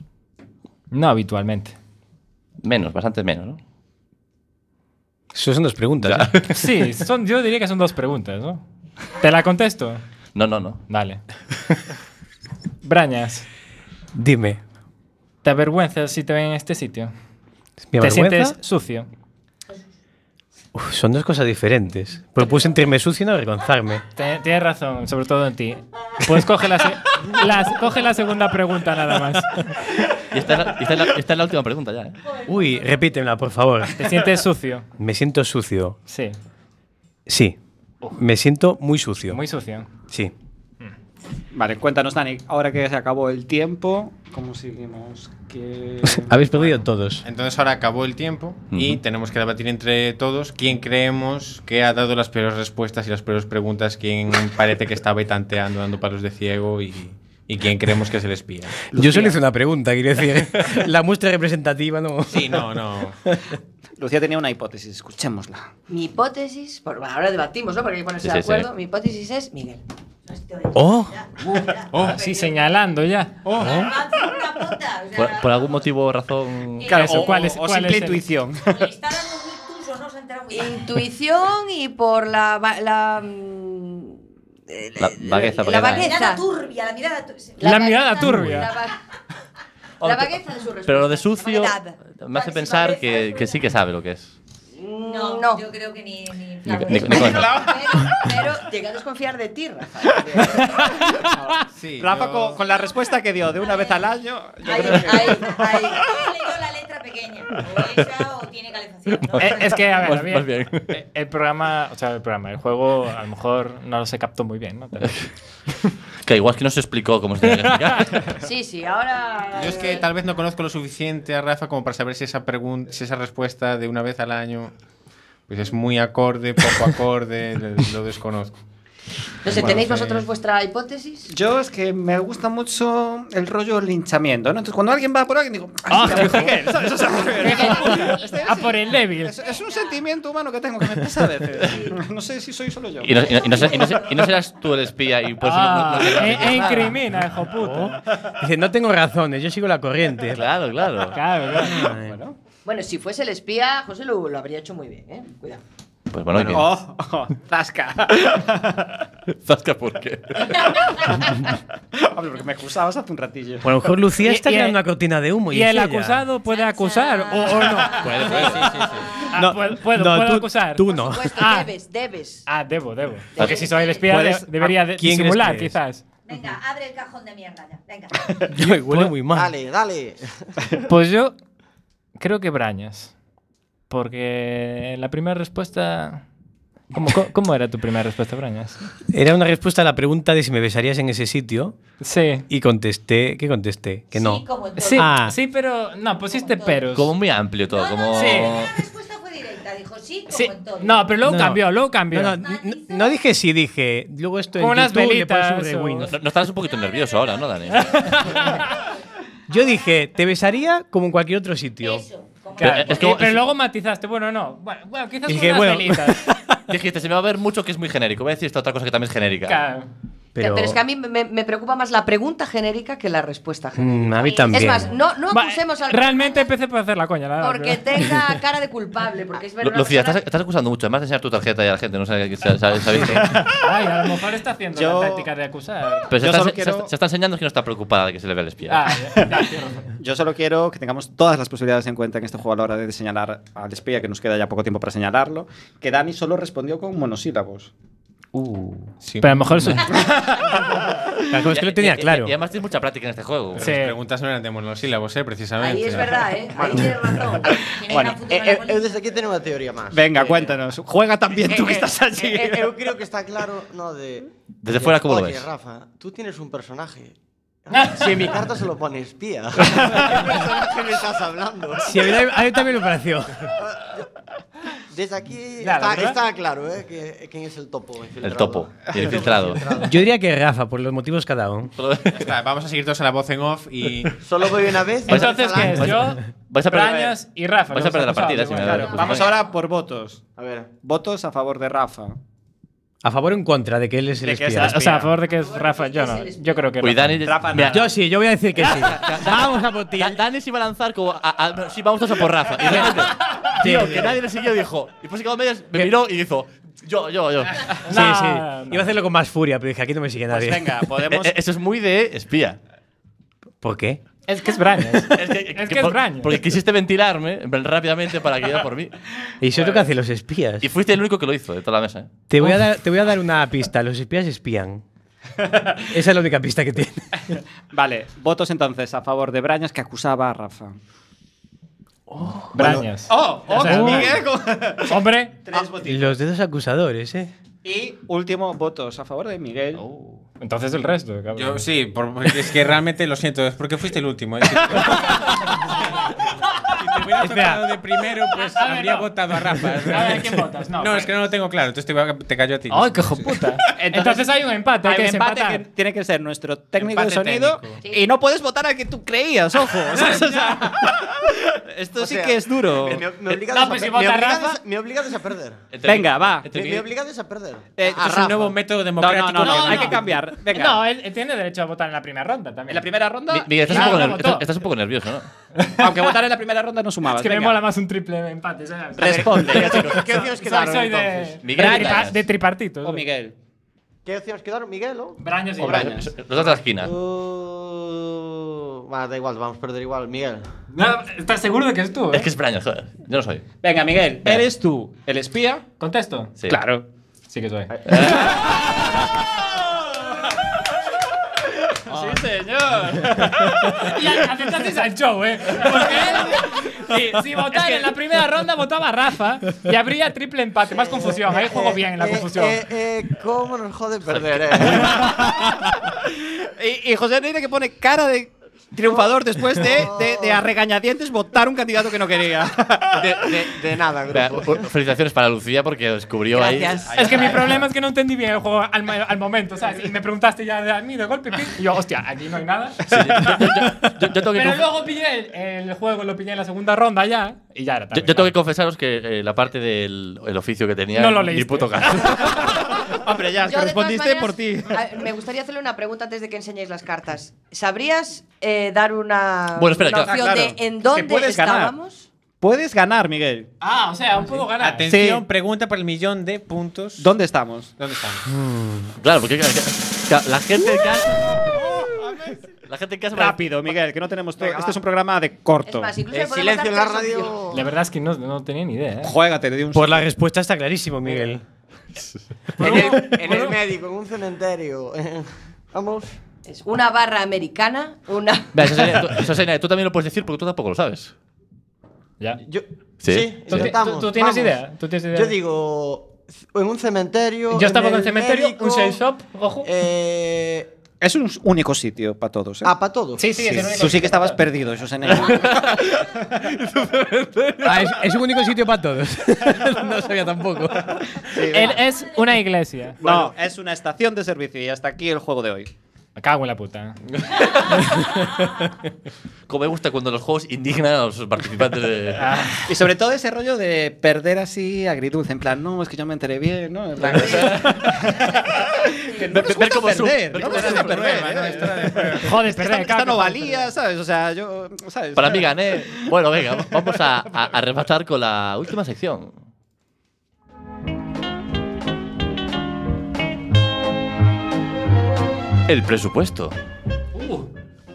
Speaker 1: No habitualmente.
Speaker 4: Menos, bastante menos, ¿no?
Speaker 7: Eso son dos preguntas. ¿eh?
Speaker 1: Sí, son, yo diría que son dos preguntas, ¿no? ¿Te la contesto?
Speaker 4: No, no, no.
Speaker 1: Dale. Brañas,
Speaker 7: Dime.
Speaker 1: ¿te avergüenzas si te ven en este sitio?
Speaker 7: ¿Me
Speaker 1: ¿Te
Speaker 7: avergüenza?
Speaker 1: sientes sucio?
Speaker 7: Uf, son dos cosas diferentes. Pero puedo sentirme sucio y no avergonzarme.
Speaker 1: Te- Tienes razón, sobre todo en ti. Pues coge la, se- la- coge la segunda pregunta nada más.
Speaker 4: Y esta es la, esta es la- esta es la última pregunta ya. ¿eh?
Speaker 7: Uy, repítemela, por favor.
Speaker 1: ¿Te sientes sucio?
Speaker 7: Me siento sucio.
Speaker 1: Sí.
Speaker 7: Sí. Me siento muy sucio.
Speaker 1: Muy sucio.
Speaker 7: Sí.
Speaker 9: Vale, cuéntanos, Dani, ahora que se acabó el tiempo, ¿cómo seguimos? ¿Qué-
Speaker 7: Habéis perdido todos.
Speaker 6: Entonces ahora acabó el tiempo y tenemos que debatir entre todos quién creemos que ha dado las peores respuestas y las peores preguntas, quién parece que estaba tanteando, dando palos de ciego y, y quién creemos que es el espía.
Speaker 7: Yo solo hice una pregunta, quiero decir. ¿eh? la muestra representativa no.
Speaker 6: Sí, no, no.
Speaker 9: Lucía tenía una hipótesis, escuchémosla.
Speaker 10: Mi hipótesis, por, bueno, ahora debatimos, ¿no? Porque hay que ponerse
Speaker 9: Sí,
Speaker 10: de
Speaker 9: sí, sí.
Speaker 10: acuerdo. Mi hipótesis es Miguel.
Speaker 7: ¡Oh!
Speaker 1: sí, señalando ya.
Speaker 4: Por, por algún motivo o razón.
Speaker 7: Oh.
Speaker 10: Claro, Eso, o- ¿cuál es- o cuál simple es el-
Speaker 9: intuición.
Speaker 10: Intuición y por la. va- la mm,
Speaker 4: La vagueza.
Speaker 10: la vagueza.
Speaker 11: mirada turbia, la mirada turbia.
Speaker 4: La mirada turbia.
Speaker 10: La, va- la vagueza de su respuesta.
Speaker 4: Pero lo de sucio
Speaker 10: La vaguedad.
Speaker 4: me hace pensar que, que sí que sabe lo que es.
Speaker 10: No, yo
Speaker 11: creo que ni. ni,
Speaker 4: Ni- ni- ni con-
Speaker 10: Pero, pero llegué a desconfiar de ti, Rafa.
Speaker 6: Ah,
Speaker 9: Rafa, con, con la respuesta que dio de una vez al año, yo creo que-
Speaker 1: Eh, Es que, a ver,
Speaker 4: Más-
Speaker 1: bien,
Speaker 4: más bien.
Speaker 1: eh, el programa, o sea, el programa, el juego a lo mejor no lo se captó muy bien, ¿no? También.
Speaker 4: Que igual es que no se explicó cómo se tenía que explicar.
Speaker 10: Sí, sí, ahora.
Speaker 6: Yo es
Speaker 4: Eh.
Speaker 6: que tal vez no conozco lo suficiente a Rafa como para saber si esa, pregun- si esa respuesta de una vez al año pues es muy acorde, poco acorde, lo- lo desconozco.
Speaker 10: No sé,
Speaker 9: Bueno,
Speaker 10: ¿tenéis
Speaker 9: eh,
Speaker 10: vosotros vuestra hipótesis?
Speaker 9: Yo es que me gusta mucho el rollo linchamiento, ¿no? Entonces, cuando alguien va por alguien, digo... ¡Ah, ¿sabes? O sea,
Speaker 1: A Ah, por el débil.
Speaker 9: es, es un sentimiento humano que tengo que me pesa a veces. No sé si soy solo yo.
Speaker 4: Y no, y no- y no ser- y no ser- y no serás tú el espía y por eso no- no- no- no-
Speaker 1: e, e incrimina, hijo puta.
Speaker 7: Eh, Dice, no tengo razones, yo sigo la corriente.
Speaker 4: Claro, claro.
Speaker 1: Claro,
Speaker 7: claro.
Speaker 10: Bueno, si fuese el espía, José lo, lo habría hecho muy bien, ¿eh? Cuidado.
Speaker 4: Pues bueno, que-
Speaker 9: ¡Oh! oh, ¡Zasca!
Speaker 4: Zasca, ¿por qué?
Speaker 9: Hombre, porque me acusabas hace un ratillo.
Speaker 7: Bueno, a lo mejor Lucía está
Speaker 1: Y- y-
Speaker 7: creando una cortina de humo. Y,
Speaker 1: Y
Speaker 7: es
Speaker 1: el
Speaker 7: ella.
Speaker 1: acusado puede acusar o, o no.
Speaker 4: Puede, puede, sí, sí, sí.
Speaker 1: Ah,
Speaker 7: No,
Speaker 1: puedo, puedo,
Speaker 7: no,
Speaker 1: puedo
Speaker 7: tú-
Speaker 1: acusar.
Speaker 7: tú no.
Speaker 10: Pues que
Speaker 1: Ah.
Speaker 10: debes, debes.
Speaker 1: Ah, debo, debo. Porque si soy el espía,
Speaker 7: ¿Puedes-
Speaker 1: de- debería de-
Speaker 7: a quién crees
Speaker 1: disimular,
Speaker 7: que es?
Speaker 1: quizás.
Speaker 11: Venga, abre el cajón de mierda ya. Venga.
Speaker 7: Me huele muy mal.
Speaker 8: Dale, dale.
Speaker 1: Pues yo creo que Brañas. Porque la primera respuesta. ¿Cómo, cómo- cómo era tu primera respuesta, Brañas?
Speaker 7: Era una respuesta a la pregunta de si me besarías en ese sitio.
Speaker 1: Sí.
Speaker 7: Y contesté, ¿qué contesté? Que no.
Speaker 1: Sí,
Speaker 7: Ah,
Speaker 1: sí, pero. No, pusiste peros.
Speaker 4: Como muy amplio todo, como.
Speaker 1: Sí.
Speaker 11: Dijo sí, como
Speaker 1: Sí,
Speaker 11: en todo.
Speaker 1: No, pero luego
Speaker 7: No, no.
Speaker 1: cambió, luego cambió.
Speaker 7: No, no, n- no dije sí, dije. Luego esto en
Speaker 1: Con unas
Speaker 7: YouTube le pones un
Speaker 1: velitas o-
Speaker 7: rewind.
Speaker 4: No, no estarás un poquito nervioso ahora, ¿no, Dani?
Speaker 7: Yo dije, te besaría como en cualquier otro sitio.
Speaker 1: Claro,
Speaker 4: Pero es
Speaker 1: y-
Speaker 4: como-
Speaker 1: pero luego matizaste, bueno, no. Bueno, bueno, quizás
Speaker 7: Y
Speaker 1: con
Speaker 7: dije,
Speaker 1: unas
Speaker 7: bueno.
Speaker 1: velitas.
Speaker 4: Dijiste, se me va a ver mucho que es muy genérico. Voy a decir esta otra cosa que también es genérica.
Speaker 1: Claro.
Speaker 10: Pero, es que a mí me, me preocupa más la pregunta genérica que la respuesta genérica.
Speaker 7: Mm, a mí también.
Speaker 10: Es más, no, no
Speaker 1: Va,
Speaker 10: acusemos al
Speaker 1: Realmente empecé por hacer la coña, la verdad,
Speaker 10: porque
Speaker 1: pero-
Speaker 10: tenga cara de culpable, porque es
Speaker 4: Lu-
Speaker 10: verdad. una
Speaker 4: Lucía, estás,
Speaker 10: persona-
Speaker 4: estás acusando mucho. Además de enseñar tu tarjeta y a la gente, no sé qué sa- sa- sabéis. qué.
Speaker 1: Ay, a lo mejor está haciendo
Speaker 9: Yo-
Speaker 1: la táctica de acusar.
Speaker 4: Pero se
Speaker 9: Yo
Speaker 4: está,
Speaker 9: solo
Speaker 4: se- se
Speaker 9: quiero-
Speaker 4: está- se está enseñando que no está preocupada de que se le vea el espía.
Speaker 1: Ah, ya, ya, tienes razón.
Speaker 9: Yo solo quiero que tengamos todas las posibilidades en cuenta en este juego a la hora de señalar al espía, que nos queda ya poco tiempo para señalarlo, que Dani solo respondió con monosílabos.
Speaker 4: Uh, sí.
Speaker 1: Pero a lo mejor eso-
Speaker 7: Claro, es que lo tenía
Speaker 4: Y- y-
Speaker 7: claro.
Speaker 4: Y, además tienes mucha práctica en este juego.
Speaker 6: Pero Las preguntas no eran de monosílabos, ¿eh? precisamente.
Speaker 10: Ahí es verdad, ¿eh? Ahí tienes razón.
Speaker 9: Bueno,
Speaker 8: Eh, eh, eu desde aquí tengo una teoría más.
Speaker 1: Eh,
Speaker 9: venga, cuéntanos. Juega también tú que estás allí.
Speaker 8: Eh, eh, eu creo que está claro, no, de...
Speaker 4: Desde fuera, ¿cómo lo
Speaker 8: Oye,
Speaker 4: ves?
Speaker 8: Rafa, tú tienes un personaje. Si en mi carta se lo pone espía. ¿Qué personaje me estás hablando?
Speaker 7: Sí, a mí, también- a mí también me pareció.
Speaker 8: Desde aquí
Speaker 7: Claro,
Speaker 8: está,
Speaker 7: ¿verdad?
Speaker 8: está claro, ¿eh? que- ¿Quién es el topo?
Speaker 4: El topo y el filtrado.
Speaker 7: Yo diría que Rafa, por los motivos cada uno.
Speaker 6: Ya está, vamos a seguir todos a la voz en off y.
Speaker 8: Solo voy una vez.
Speaker 1: Pues Entonces, ¿qué es? Yo,
Speaker 4: Vais a perder-
Speaker 1: Brañas y Rafa.
Speaker 4: vais
Speaker 1: los
Speaker 4: a perder la
Speaker 1: acusados,
Speaker 4: partida, si me
Speaker 1: igual,
Speaker 4: da-
Speaker 1: claro.
Speaker 9: Vamos ahora por votos.
Speaker 8: A ver.
Speaker 9: Votos a favor de Rafa.
Speaker 7: ¿A favor o en contra de que él es el
Speaker 9: De que es
Speaker 7: espía?
Speaker 9: el
Speaker 1: O sea, a favor de que es Rafa, yo no. Yo creo que.
Speaker 4: Uy,
Speaker 1: Rafa.
Speaker 4: Dani, mira,
Speaker 7: Yo sí, yo voy a decir que sí. Vamos a por ti.
Speaker 4: Da- Dani se iba a lanzar como. a- a- sí, vamos todos a por Rafa. Y de repente, tío, que nadie le siguió, dijo. Y pues se quedó a medias, me miró y dijo. Yo, yo, yo.
Speaker 7: Sí, sí. Iba a
Speaker 4: E-,
Speaker 7: hacerlo con más furia, pero dije, aquí no me sigue nadie.
Speaker 9: Pues venga, podemos.
Speaker 4: Eh, eh, Eso es muy de espía.
Speaker 7: ¿Por qué?
Speaker 1: Es que es Brañas. es que
Speaker 4: es,
Speaker 1: que es
Speaker 4: por-
Speaker 1: Brañas.
Speaker 4: Porque quisiste ventilarme en plan, rápidamente para que diera por mí. Pues-
Speaker 7: Y eso es lo que hacen los espías.
Speaker 4: Y fuiste el único que lo hizo de toda la mesa. ¿eh?
Speaker 7: Te voy, a dar, te voy a dar una pista. Los espías espían. Esa es la única pista que tiene.
Speaker 9: Vale, votos entonces a favor de Brañas que acusaba a Rafa.
Speaker 1: Brañas.
Speaker 9: ¡Oh!
Speaker 7: O sea, Miguel
Speaker 1: ¡Hombre!
Speaker 9: Tres votos.
Speaker 7: Los dedos acusadores, ¿eh?
Speaker 9: Y último, votos a favor de Miguel.
Speaker 4: Oh.
Speaker 1: Entonces el resto, cabrón.
Speaker 6: Yo sí, por- porque es que realmente lo siento, es porque fuiste el último. ¿eh? Si te hubiera tocado de primero, pues habría votado a Rafa.
Speaker 1: A ver, ¿quién votas? No,
Speaker 6: No,
Speaker 1: pues-
Speaker 6: es que no lo tengo claro, entonces te, voy a- te callo a ti.
Speaker 1: Ay, qué hijo puta. Entonces hay un empate, hay que desempatar.
Speaker 9: que tiene que ser nuestro técnico
Speaker 6: Empate
Speaker 9: de sonido y no puedes votar al que tú creías, ojo. ¿sabes? O sea, esto
Speaker 8: O
Speaker 9: sí
Speaker 8: sea,
Speaker 9: que es duro.
Speaker 8: Me, me obligas,
Speaker 9: No,
Speaker 8: a,
Speaker 9: pues si
Speaker 8: me
Speaker 9: vota
Speaker 8: obligas
Speaker 9: Rafa-
Speaker 8: a- me obligas a perder.
Speaker 9: Venga, va.
Speaker 8: Me, me obligas a perder.
Speaker 9: Eh,
Speaker 8: A
Speaker 6: este
Speaker 9: esto es un
Speaker 8: Rafa.
Speaker 9: nuevo método democrático. No, no, no, hay que cambiar. Venga.
Speaker 1: No, él, él tiene derecho a votar en la primera ronda también. En la
Speaker 9: primera ronda.
Speaker 4: Mi- Miguel, estás,
Speaker 1: Ah,
Speaker 4: un poco
Speaker 1: no
Speaker 4: ner-
Speaker 1: votó.
Speaker 4: estás- estás un poco nervioso, ¿no?
Speaker 9: Aunque votar en la primera ronda no sumabas.
Speaker 1: Es que me
Speaker 9: venga.
Speaker 1: mola más un triple empate, ¿sabes?
Speaker 9: Responde.
Speaker 1: Soy-
Speaker 9: ¿Qué opciones
Speaker 1: soy-
Speaker 9: quedaron,
Speaker 1: Soy de,
Speaker 9: entonces?
Speaker 1: Miguel
Speaker 9: Miguel
Speaker 1: de,
Speaker 9: Brañas.
Speaker 1: de tripartito.
Speaker 9: O Miguel.
Speaker 8: ¿Qué opciones quedaron, Miguel? O
Speaker 1: Brañas y
Speaker 8: o
Speaker 1: Brañas.
Speaker 4: Los dos a la esquina.
Speaker 8: Uh, va, da igual, vamos a perder igual, Miguel.
Speaker 1: ¿Estás seguro de que es tú?
Speaker 4: Es que es Brañas, joder. Yo no soy.
Speaker 9: Venga, Miguel, ¿eres tú el espía?
Speaker 1: ¿Contesto?
Speaker 4: Sí.
Speaker 9: Claro.
Speaker 1: Sí que soy.
Speaker 9: Sí, señor.
Speaker 1: Y a- aceptasteis al show, ¿eh? Porque él, si, si votara en la primera ronda, votaba a Rafa y habría triple empate. Más confusión, ahí juego bien en la
Speaker 8: Eh,
Speaker 1: confusión.
Speaker 8: eh, eh, ¿Cómo nos jode perder, eh?
Speaker 9: Y, y José Neira que pone cara de triunfador después de, de, de a regañadientes votar un candidato que no quería.
Speaker 8: De, de- de nada,
Speaker 4: Espera,
Speaker 8: grupo.
Speaker 4: u- Felicitaciones para Lucía porque descubrió ahí.
Speaker 1: Es que mi problema es que no entendí bien el juego al, ma- al momento, ¿sabes? Y me preguntaste ya de a mí de golpe, pim, y yo, hostia, aquí no hay nada.
Speaker 4: Yo, yo tengo que
Speaker 1: Pero
Speaker 4: conf-
Speaker 1: luego pillé el, el juego, lo pillé en la segunda ronda ya, y ya era
Speaker 4: yo-
Speaker 1: tarde.
Speaker 4: yo tengo que confesaros que eh, la parte del el oficio que tenía.
Speaker 1: No lo
Speaker 4: ni
Speaker 1: leíste.
Speaker 4: puto caso.
Speaker 9: Hombre, ya,
Speaker 10: Yo, de todas maneras, a- Me gustaría hacerle una pregunta antes de que enseñéis las cartas. ¿Sabrías eh, dar una,
Speaker 9: Bueno, espera,
Speaker 10: una
Speaker 9: que-
Speaker 10: opción
Speaker 9: Ah, claro.
Speaker 10: de en
Speaker 9: Es que
Speaker 10: dónde
Speaker 9: puedes ganar.
Speaker 10: estábamos?
Speaker 9: Puedes ganar, Miguel.
Speaker 1: Ah, o sea, aún puedo ganar.
Speaker 6: Atención,
Speaker 9: Sí.
Speaker 6: pregunta por el millón de puntos.
Speaker 9: ¿Dónde estamos?
Speaker 6: ¿Dónde estamos?
Speaker 4: Claro, porque ca- ca- la gente en casa. La gente en casa.
Speaker 9: Rápido, Miguel, que no tenemos todo. Este es un programa de corto.
Speaker 10: Es más, incluso
Speaker 8: Eh,
Speaker 10: le podemos
Speaker 8: silencio en
Speaker 10: dar
Speaker 8: la
Speaker 10: tres opciones.
Speaker 8: radio.
Speaker 1: La verdad es que no, no tenía ni idea, ¿eh?
Speaker 9: Juégate, de un
Speaker 7: Pues la respuesta está clarísimo, Miguel.
Speaker 8: En el, en el médico, en un cementerio. eh. Vamos.
Speaker 10: Es una barra americana, una.
Speaker 4: Vea, eso sería- tú- eso sería- tú también lo puedes decir porque tú tampoco lo sabes.
Speaker 1: Ya.
Speaker 8: Yo,
Speaker 4: Sí.
Speaker 1: ¿Tú, ti-
Speaker 8: intentamos,
Speaker 1: tú- tú tienes
Speaker 8: vamos.
Speaker 1: idea? ¿Tú tienes idea?
Speaker 8: Yo digo, en un cementerio.
Speaker 1: Yo estaba en el
Speaker 8: el
Speaker 1: cementerio,
Speaker 8: médico,
Speaker 1: un shell shop, ojo.
Speaker 8: Eh,
Speaker 9: Es un único sitio para todos. ¿eh?
Speaker 8: ah, para todos.
Speaker 1: Sí, sí, es el único
Speaker 9: Tú sí
Speaker 1: sitio.
Speaker 9: que estabas perdido, José
Speaker 7: Ah, es, es un único sitio para todos. no sabía tampoco.
Speaker 1: Él es una iglesia.
Speaker 9: No, es una estación de servicio y hasta aquí el juego de hoy.
Speaker 1: Me cago en la puta.
Speaker 4: Como me gusta cuando los juegos indignan a los participantes de.
Speaker 7: Ah.
Speaker 9: Y sobre todo ese rollo de perder así agridulce, en plan, no, es que yo me enteré bien, ¿no? En plan, que no nos
Speaker 4: Ver
Speaker 9: gusta
Speaker 4: cómo sub-
Speaker 9: perder,
Speaker 4: ver
Speaker 9: no
Speaker 4: cómo
Speaker 9: nos gusta
Speaker 4: sube el
Speaker 9: perder,
Speaker 4: problema,
Speaker 9: ¿eh?
Speaker 1: Joder,
Speaker 9: Esta,
Speaker 1: perdón,
Speaker 9: esta no valía, ¿sabes? O sea, yo, ¿sabes?
Speaker 4: Para mí gané. Bueno, venga, vamos a, a, a rematar con la última sección. El presupuesto.
Speaker 7: Uh,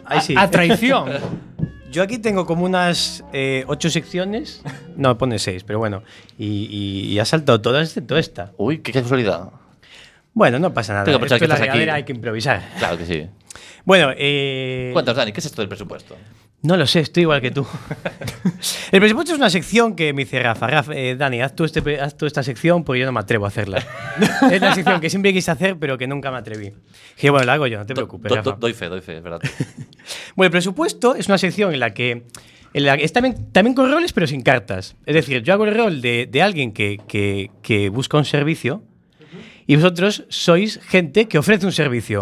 Speaker 7: Ahí sí.
Speaker 1: A, a traición.
Speaker 7: Yo aquí tengo como unas eh, ocho secciones. No, pone seis, pero bueno. Y, y- y ha saltado todas excepto esta.
Speaker 4: Uy, qué casualidad.
Speaker 7: Bueno, no pasa nada.
Speaker 4: Tengo que pensar
Speaker 7: Esto
Speaker 4: que
Speaker 7: es la
Speaker 4: estás aquí.
Speaker 7: regadera, hay que improvisar.
Speaker 4: Claro que sí.
Speaker 7: Bueno, eh,
Speaker 4: Cuéntanos, Dani, ¿qué es esto del presupuesto?
Speaker 7: no lo sé, estoy igual que tú. El presupuesto es una sección que me dice Rafa. Rafa, eh, Dani, haz tú, este pe- haz tú esta sección porque yo no me atrevo a hacerla. es la sección que siempre quise hacer, pero que nunca me atreví. Dije, bueno, la hago yo, no te preocupes.
Speaker 4: Do-
Speaker 7: Rafa.
Speaker 4: do- doy fe, doy fe, es verdad.
Speaker 7: Bueno, el presupuesto es una sección en la que. en la que es también, también con roles, pero sin cartas. Es decir, yo hago el rol de, de alguien que, que- que busca un servicio y vosotros sois gente que ofrece un servicio.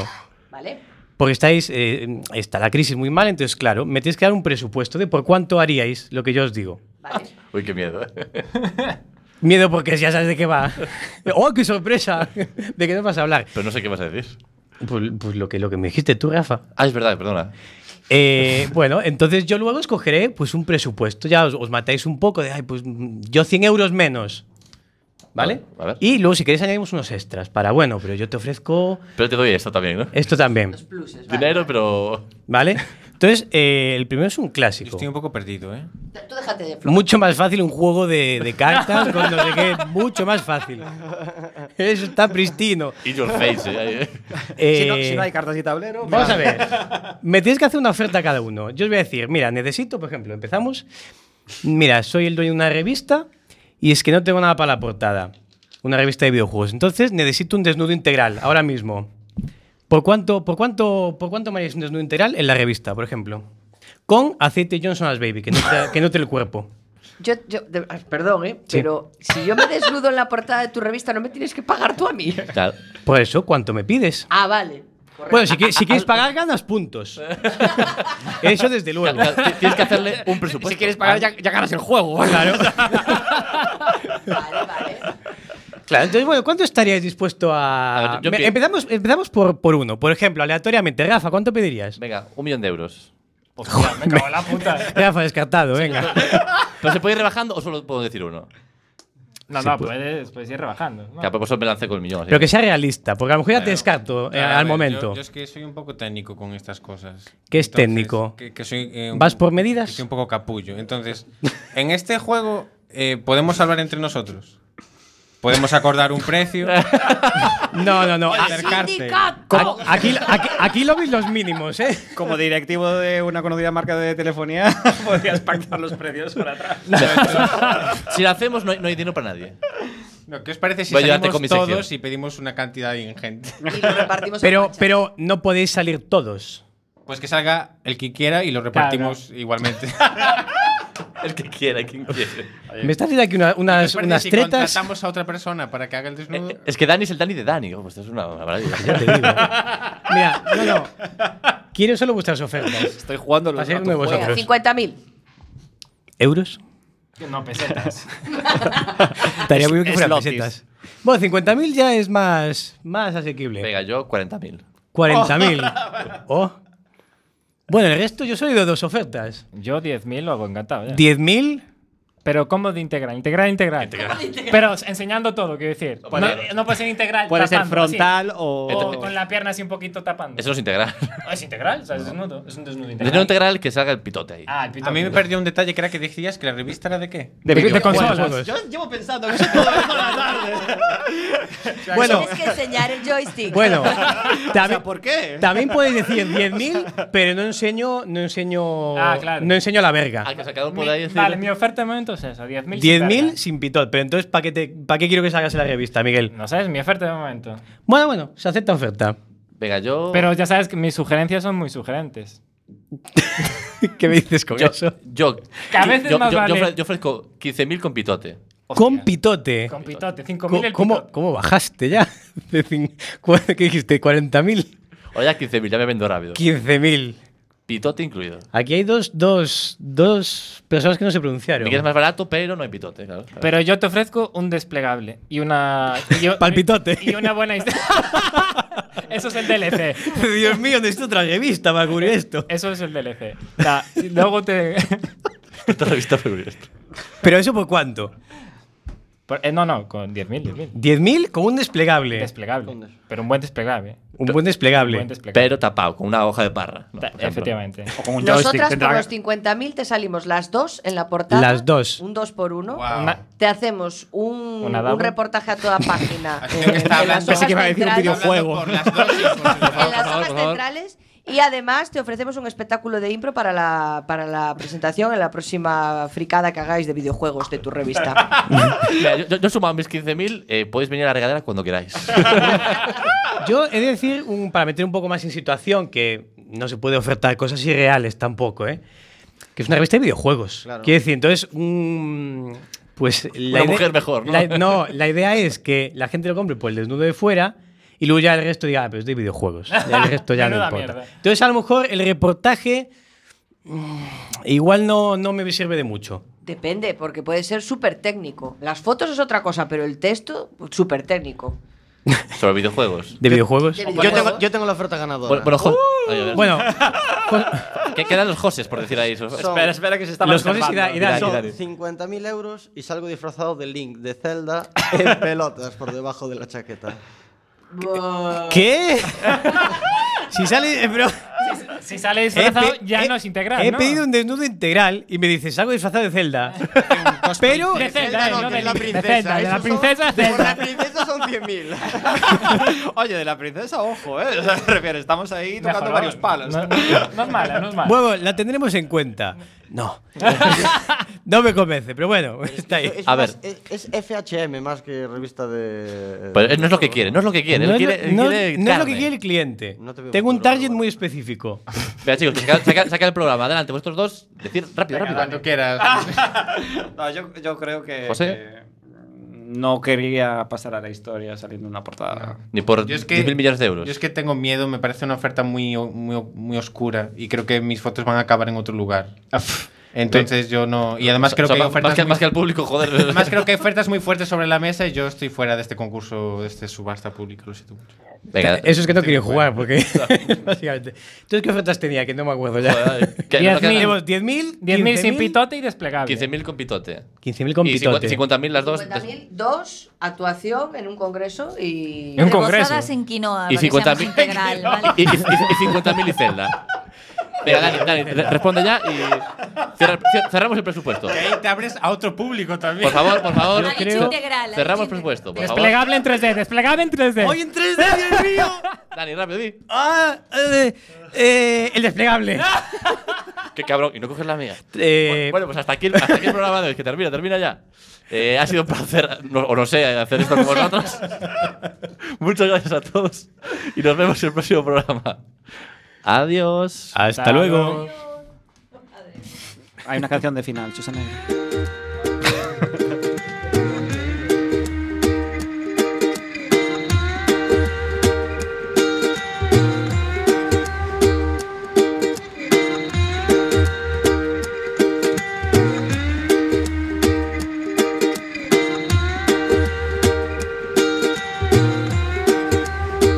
Speaker 10: ¿Vale?
Speaker 7: Porque estáis. eh, está la crisis muy mal, entonces, claro, me tenéis que dar un presupuesto de por cuánto haríais lo que yo os digo.
Speaker 10: Vale.
Speaker 4: Uy, qué miedo. ¿eh?
Speaker 7: Miedo porque ya sabes de qué va. ¡Oh, qué sorpresa! ¿De qué nos vas a hablar?
Speaker 4: Pero no sé qué vas a decir.
Speaker 7: Pues, pues lo, que, lo que me dijiste tú, Rafa.
Speaker 4: Ah, es verdad, perdona.
Speaker 7: Eh, bueno, entonces yo luego escogeré pues un presupuesto. Ya os, os matáis un poco de, ay, pues mm, yo 100 euros menos. ¿Vale?
Speaker 4: A ver.
Speaker 7: Y luego, si queréis, añadimos unos extras para, bueno, pero yo te ofrezco
Speaker 4: Pero te doy esto también, ¿no?
Speaker 7: esto también.
Speaker 10: Los pluses. Vale.
Speaker 4: Dinero, pero.
Speaker 7: ¿Vale? Entonces, eh, el primero es un clásico. Estoy
Speaker 6: un poco perdido, ¿eh?
Speaker 10: Tú déjate de flojos.
Speaker 7: Mucho más fácil un juego de, de cartas con no sé qué. Mucho más fácil. Eso está pristino.
Speaker 4: Y your face. eh.
Speaker 9: si, no,
Speaker 7: Eh,
Speaker 9: si no hay cartas y tablero.
Speaker 7: Vamos
Speaker 9: pues-
Speaker 7: a ver. Me tienes que hacer una oferta a cada uno. Yo os voy a decir, mira, necesito, por ejemplo, empezamos. Mira, soy el dueño de una revista y es que no tengo nada para la portada. Una revista de videojuegos. Entonces necesito un desnudo integral ahora mismo. ¿Por cuánto, por cuánto, por cuánto me harías un desnudo integral en la revista, por ejemplo? Con aceite Johnson as Baby, que no te, que note el cuerpo.
Speaker 10: Yo, yo- de- ah, perdón, ¿eh?
Speaker 7: Sí.
Speaker 10: Pero si yo me desnudo en la portada de tu revista, no me tienes que pagar tú a mí.
Speaker 7: Por eso, ¿cuánto me pides?
Speaker 10: Ah, vale. Correcto.
Speaker 7: Bueno, si, qui- si quieres pagar, ganas puntos. Eso desde luego.
Speaker 4: Tienes que hacerle un presupuesto.
Speaker 7: Si quieres pagar, ya, ganas el juego. Claro. Claro, entonces, bueno, ¿cuánto estaríais dispuesto a...?
Speaker 4: A ver, yo
Speaker 7: Me-
Speaker 4: pi-
Speaker 7: empezamos empezamos por, por uno. Por ejemplo, aleatoriamente. Rafa, ¿cuánto pedirías?
Speaker 4: Venga, un millón de euros.
Speaker 1: Pues
Speaker 7: me cago en la puta. Rafa, descartado, venga.
Speaker 4: ¿Pero se puede ir rebajando o solo puedo decir uno?
Speaker 1: No,
Speaker 7: Sí,
Speaker 1: no,
Speaker 7: pues-
Speaker 1: puedes, puedes ir rebajando. ¿no?
Speaker 4: Ya, pues por eso me lancé con el millón. así.
Speaker 7: Pero que sea realista, porque a lo mejor ya te descarto eh,
Speaker 6: Claro, a
Speaker 7: al
Speaker 6: ver,
Speaker 7: momento.
Speaker 6: Yo, yo es que soy un poco técnico con estas cosas.
Speaker 7: ¿Qué es técnico?
Speaker 6: Que, que soy, eh,
Speaker 7: ¿Vas
Speaker 6: un-
Speaker 7: por medidas?
Speaker 6: que Soy un poco capullo. Entonces, en este juego eh, podemos hablar entre nosotros. Podemos acordar un precio.
Speaker 7: No, no, no.
Speaker 6: Acercarse.
Speaker 7: Co- Aquí, aquí, aquí lo veis los mínimos, ¿eh?
Speaker 9: Como directivo de una conocida marca de telefonía, podrías pactar los precios por atrás.
Speaker 4: si lo hacemos, no hay, no hay dinero para nadie.
Speaker 6: No, ¿Qué os parece si
Speaker 4: Voy a ayudarte
Speaker 6: salimos
Speaker 4: con mi sección.
Speaker 6: todos y pedimos una cantidad ingente?
Speaker 7: Pero, pero no podéis salir todos.
Speaker 6: Pues que salga el que quiera y lo repartimos igualmente.
Speaker 4: el que quiera, quien quiere.
Speaker 7: Me está haciendo aquí una-
Speaker 6: ¿Qué os
Speaker 7: unas,
Speaker 6: parece
Speaker 7: unas
Speaker 6: si
Speaker 7: tretas. Eh,
Speaker 6: contratamos a otra persona para que haga el desnudo?
Speaker 4: Es que Dani es el Dani de Dani. Oh, pues esto es una una maravilla.
Speaker 7: Ya te digo. Mira, no, no. Quiero solo vuestras ofertas. Estoy jugando los ser uno de
Speaker 10: Venga,
Speaker 7: vosotros.
Speaker 10: 50.000.
Speaker 7: ¿Euros?
Speaker 1: No, pesetas.
Speaker 7: Estaría muy bien que fueran
Speaker 4: Slotis.
Speaker 7: pesetas. Bueno, 50.000 ya es más, más asequible.
Speaker 4: Venga, yo 40.000.
Speaker 7: 40.000. Oh. Bueno, el resto yo soy de dos ofertas.
Speaker 1: Yo 10.000 lo hago encantado. ya.
Speaker 7: ¿10.000?
Speaker 1: Pero ¿cómo de integrar? Integrar, integrar. Pero enseñando todo, quiero decir. No,
Speaker 4: Puede-
Speaker 1: no puede ser integral.
Speaker 9: Puede ser
Speaker 1: tapando, así.
Speaker 9: frontal o-
Speaker 1: O con la pierna así un poquito tapando.
Speaker 4: Oh. Eso no es integral.
Speaker 1: Ah, Es integral, o sea, es desnudo. Es un desnudo
Speaker 4: Es no
Speaker 1: integral.
Speaker 4: integral que salga el pitote ahí.
Speaker 1: Ah, el pito.
Speaker 6: A mí me perdió un detalle que era que decías que la revista era de qué?
Speaker 1: De De- de consolas.
Speaker 6: videojuegos.
Speaker 1: Yo
Speaker 10: llevo pensando que eso toda la tarde.
Speaker 7: Bueno.
Speaker 10: Tienes que enseñar el joystick.
Speaker 7: Bueno, también,
Speaker 10: ¿por qué?
Speaker 7: También podéis decir 10.000, pero no enseño, no enseño,
Speaker 1: Ah, claro.
Speaker 7: no enseño la verga.
Speaker 4: Ah, que sacado por ahí.
Speaker 1: Mi- Vale, mi oferta de momento es esa, 10.000. sin
Speaker 7: 10.000
Speaker 1: verga.
Speaker 7: sin pitot. Pero entonces, ¿para qué, te- pa' qué quiero que salgas en la revista, Miguel?
Speaker 1: No sabes, mi oferta de momento.
Speaker 7: Bueno, bueno, se acepta oferta.
Speaker 4: Venga, yo.
Speaker 1: Pero ya sabes que mis sugerencias son muy sugerentes.
Speaker 7: ¿Qué me dices con
Speaker 4: yo,
Speaker 7: eso?
Speaker 4: Yo,
Speaker 1: Que a veces
Speaker 4: yo,
Speaker 1: más
Speaker 4: yo- yo
Speaker 1: vale.
Speaker 4: ofre- yo ofrezco 15.000 con pitote.
Speaker 7: Con pitote.
Speaker 1: Con pitote, 5.000
Speaker 7: Co-
Speaker 1: el
Speaker 7: ¿Cómo, ¿Cómo bajaste ya? De cin- cu- ¿Qué dijiste? ¿40.000?
Speaker 4: O ya 15.000, ya me vendo rápido.
Speaker 7: 15.000.
Speaker 4: Pitote incluido.
Speaker 7: Aquí hay dos, dos, dos personas que no se pronunciaron.
Speaker 4: Me quieres más barato, pero no hay pitote, claro.
Speaker 1: Pero yo te ofrezco un desplegable y una. y un-
Speaker 7: Palpitote.
Speaker 1: Y una buena. hist- Eso es el DLC.
Speaker 7: Dios mío, necesito otra revista para cubrir esto.
Speaker 1: Eso es el DLC. O sea, y luego te.
Speaker 4: Esta revista febril.
Speaker 7: ¿Pero eso por cuánto?
Speaker 1: Por- eh, no, no, con 10.000, 10.000.
Speaker 7: ¿10.000 con un desplegable?
Speaker 1: Desplegable. Pero un buen desplegable.
Speaker 7: un buen desplegable.
Speaker 1: Buen desplegable.
Speaker 4: Pero tapado, con una hoja de parra. ¿no?
Speaker 1: Ta-
Speaker 4: Por ejemplo.
Speaker 1: efectivamente.
Speaker 10: Nosotras por los 50.000 te salimos las dos en la portada.
Speaker 7: Las dos.
Speaker 10: Un dos por uno.
Speaker 1: Una-
Speaker 10: Te hacemos un,
Speaker 1: Una
Speaker 10: un
Speaker 1: dama.
Speaker 10: reportaje a toda página. eh,
Speaker 6: que está
Speaker 10: en las
Speaker 6: hablando- Pensé que
Speaker 9: iba a decir un
Speaker 10: hojas centrales-
Speaker 9: videojuego.
Speaker 10: en las hojas centrales y además te ofrecemos un espectáculo de impro para la, para la presentación en la próxima fricada que hagáis de videojuegos de tu revista.
Speaker 4: Mira, yo, yo, yo he sumado mis 15.000, eh, podéis venir a la regadera cuando queráis.
Speaker 7: Yo he de decir, un- para meter un poco más en situación, que no se puede ofertar cosas irreales tampoco, ¿eh? Que es una revista de videojuegos.
Speaker 4: Claro.
Speaker 7: Quiero decir, entonces, un- pues la idea-
Speaker 4: mujer mejor, ¿no?
Speaker 7: La, no, la idea es que la gente lo compre por el desnudo de fuera y luego ya el resto diga, ah, pero es de videojuegos. El resto ya no
Speaker 1: Menuda
Speaker 7: importa.
Speaker 1: mierda.
Speaker 7: Entonces, a lo mejor el reportaje mm, igual no, no me sirve de mucho.
Speaker 10: Depende, porque puede ser súper técnico. Las fotos es otra cosa, pero el texto, súper técnico.
Speaker 4: Sobre videojuegos.
Speaker 7: ¿De videojuegos?
Speaker 8: Yo tengo, yo tengo la oferta ganadora. Uh.
Speaker 4: Bueno, bueno, jo- Ay, a ver.
Speaker 7: Bueno,
Speaker 4: ¿Qué quedan los Joses por decir ahí? Eso-
Speaker 8: Son-
Speaker 4: Espera, espera, que se estaban
Speaker 7: Los Joses y
Speaker 4: reservando.
Speaker 7: Da- y Dani.
Speaker 8: Son
Speaker 4: Son-
Speaker 8: 50.000 euros y salgo disfrazado de Link de Zelda en pelotas por debajo de la chaqueta.
Speaker 7: ¿Qué? si sale. eh, Pero,
Speaker 1: Si, Si sale disfrazado,
Speaker 7: He pe-
Speaker 1: ya
Speaker 7: he-
Speaker 1: no es integral.
Speaker 7: He
Speaker 1: ¿no?
Speaker 7: pedido un desnudo integral y me dices, algo disfrazado de Zelda. Pero.
Speaker 1: De Zelda, eh, no de la princesa. De Zelda, de la
Speaker 13: Esos son-
Speaker 1: princesa
Speaker 13: Por la
Speaker 1: Zelda.
Speaker 13: princesa son 100.000. Oye, de la princesa, ojo, ¿eh? O sea, me refiero, estamos ahí tocando
Speaker 1: Mejoró.
Speaker 13: varios palos.
Speaker 1: No- no es mala, no es mala.
Speaker 7: Bueno, la tendremos en cuenta. No. no me convence, pero bueno, está
Speaker 4: Eh,
Speaker 7: ahí.
Speaker 8: Es más- Es, es FHM más que revista de.
Speaker 4: Pues no es lo que quiere, no es lo que quiere, él
Speaker 7: No, es lo-
Speaker 4: quiere- él
Speaker 7: no-
Speaker 4: quiere
Speaker 7: no es lo que
Speaker 4: carne.
Speaker 7: quiere el cliente.
Speaker 4: No te veo
Speaker 7: Tengo un target muy específico.
Speaker 4: Venga, chicos, que saca, saca- saca el programa. Adelante, vosotros dos. Decir rápido, rápido.
Speaker 6: cuando quieras.
Speaker 13: No, yo, yo creo que.
Speaker 4: José.
Speaker 13: que-
Speaker 9: No quería pasar a la historia saliendo una portada.
Speaker 4: Ni por
Speaker 6: Yo es que-
Speaker 4: 10.000 millones de euros.
Speaker 6: Yo es que tengo miedo, me parece una oferta muy, o- muy, o- muy oscura y creo que mis fotos van a acabar en otro lugar. Entonces yo no. Y además
Speaker 4: O
Speaker 6: creo
Speaker 4: sea,
Speaker 6: que hay
Speaker 4: más-
Speaker 6: ofertas.
Speaker 4: más que-
Speaker 6: muy-
Speaker 4: más que al público, joder.
Speaker 6: Más creo que hay ofertas muy fuertes sobre la mesa y yo estoy fuera de este concurso, de este subasta pública, lo siento mucho.
Speaker 7: Eso es que no quería jugar, porque. básicamente. Entonces, ¿qué ofertas tenía? Que no me acuerdo ya.
Speaker 4: Joder, que-
Speaker 7: Tenemos
Speaker 4: 10.000,
Speaker 7: 10.000, 10.000,
Speaker 1: 10.000 sin
Speaker 7: 15.000.
Speaker 1: pitote y desplegable.
Speaker 4: 15.000 con pitote.
Speaker 7: 15.000 con
Speaker 4: Y cincu-
Speaker 7: pitote.
Speaker 4: 50.000 las dos.
Speaker 10: 50.000, dos, actuación en un congreso y.
Speaker 4: En un congreso. Rebozadas
Speaker 11: en quinoa,
Speaker 4: Y
Speaker 11: para que
Speaker 4: 50.000.
Speaker 11: seamos integral, ¿vale?
Speaker 4: Y, y, y, y 50.000 y Zelda. Venga, Dani, Dani, re- responde ya y cierra- cier- cerramos el presupuesto.
Speaker 6: Y ahí te abres a otro público también.
Speaker 4: Por favor, por favor.
Speaker 1: Yo creo- Integral,
Speaker 4: Cerramos el presupuesto, por favor.
Speaker 1: Desplegable en 3D, desplegable en 3D.
Speaker 7: Hoy en 3D, Dios mío.
Speaker 4: Dani, rápido, di.
Speaker 7: Ah, eh, eh, el desplegable.
Speaker 4: Qué cabrón, y no coges la mía.
Speaker 7: Eh,
Speaker 4: bueno, pues hasta aquí, el, hasta aquí el programa de hoy, que termina, termina ya. Eh, ha sido un placer, no- o no sé, hacer esto con vosotros. Muchas gracias a todos y nos vemos en el próximo programa. Adiós.
Speaker 7: Hasta
Speaker 1: luego.
Speaker 9: Hay una canción de final, Susana.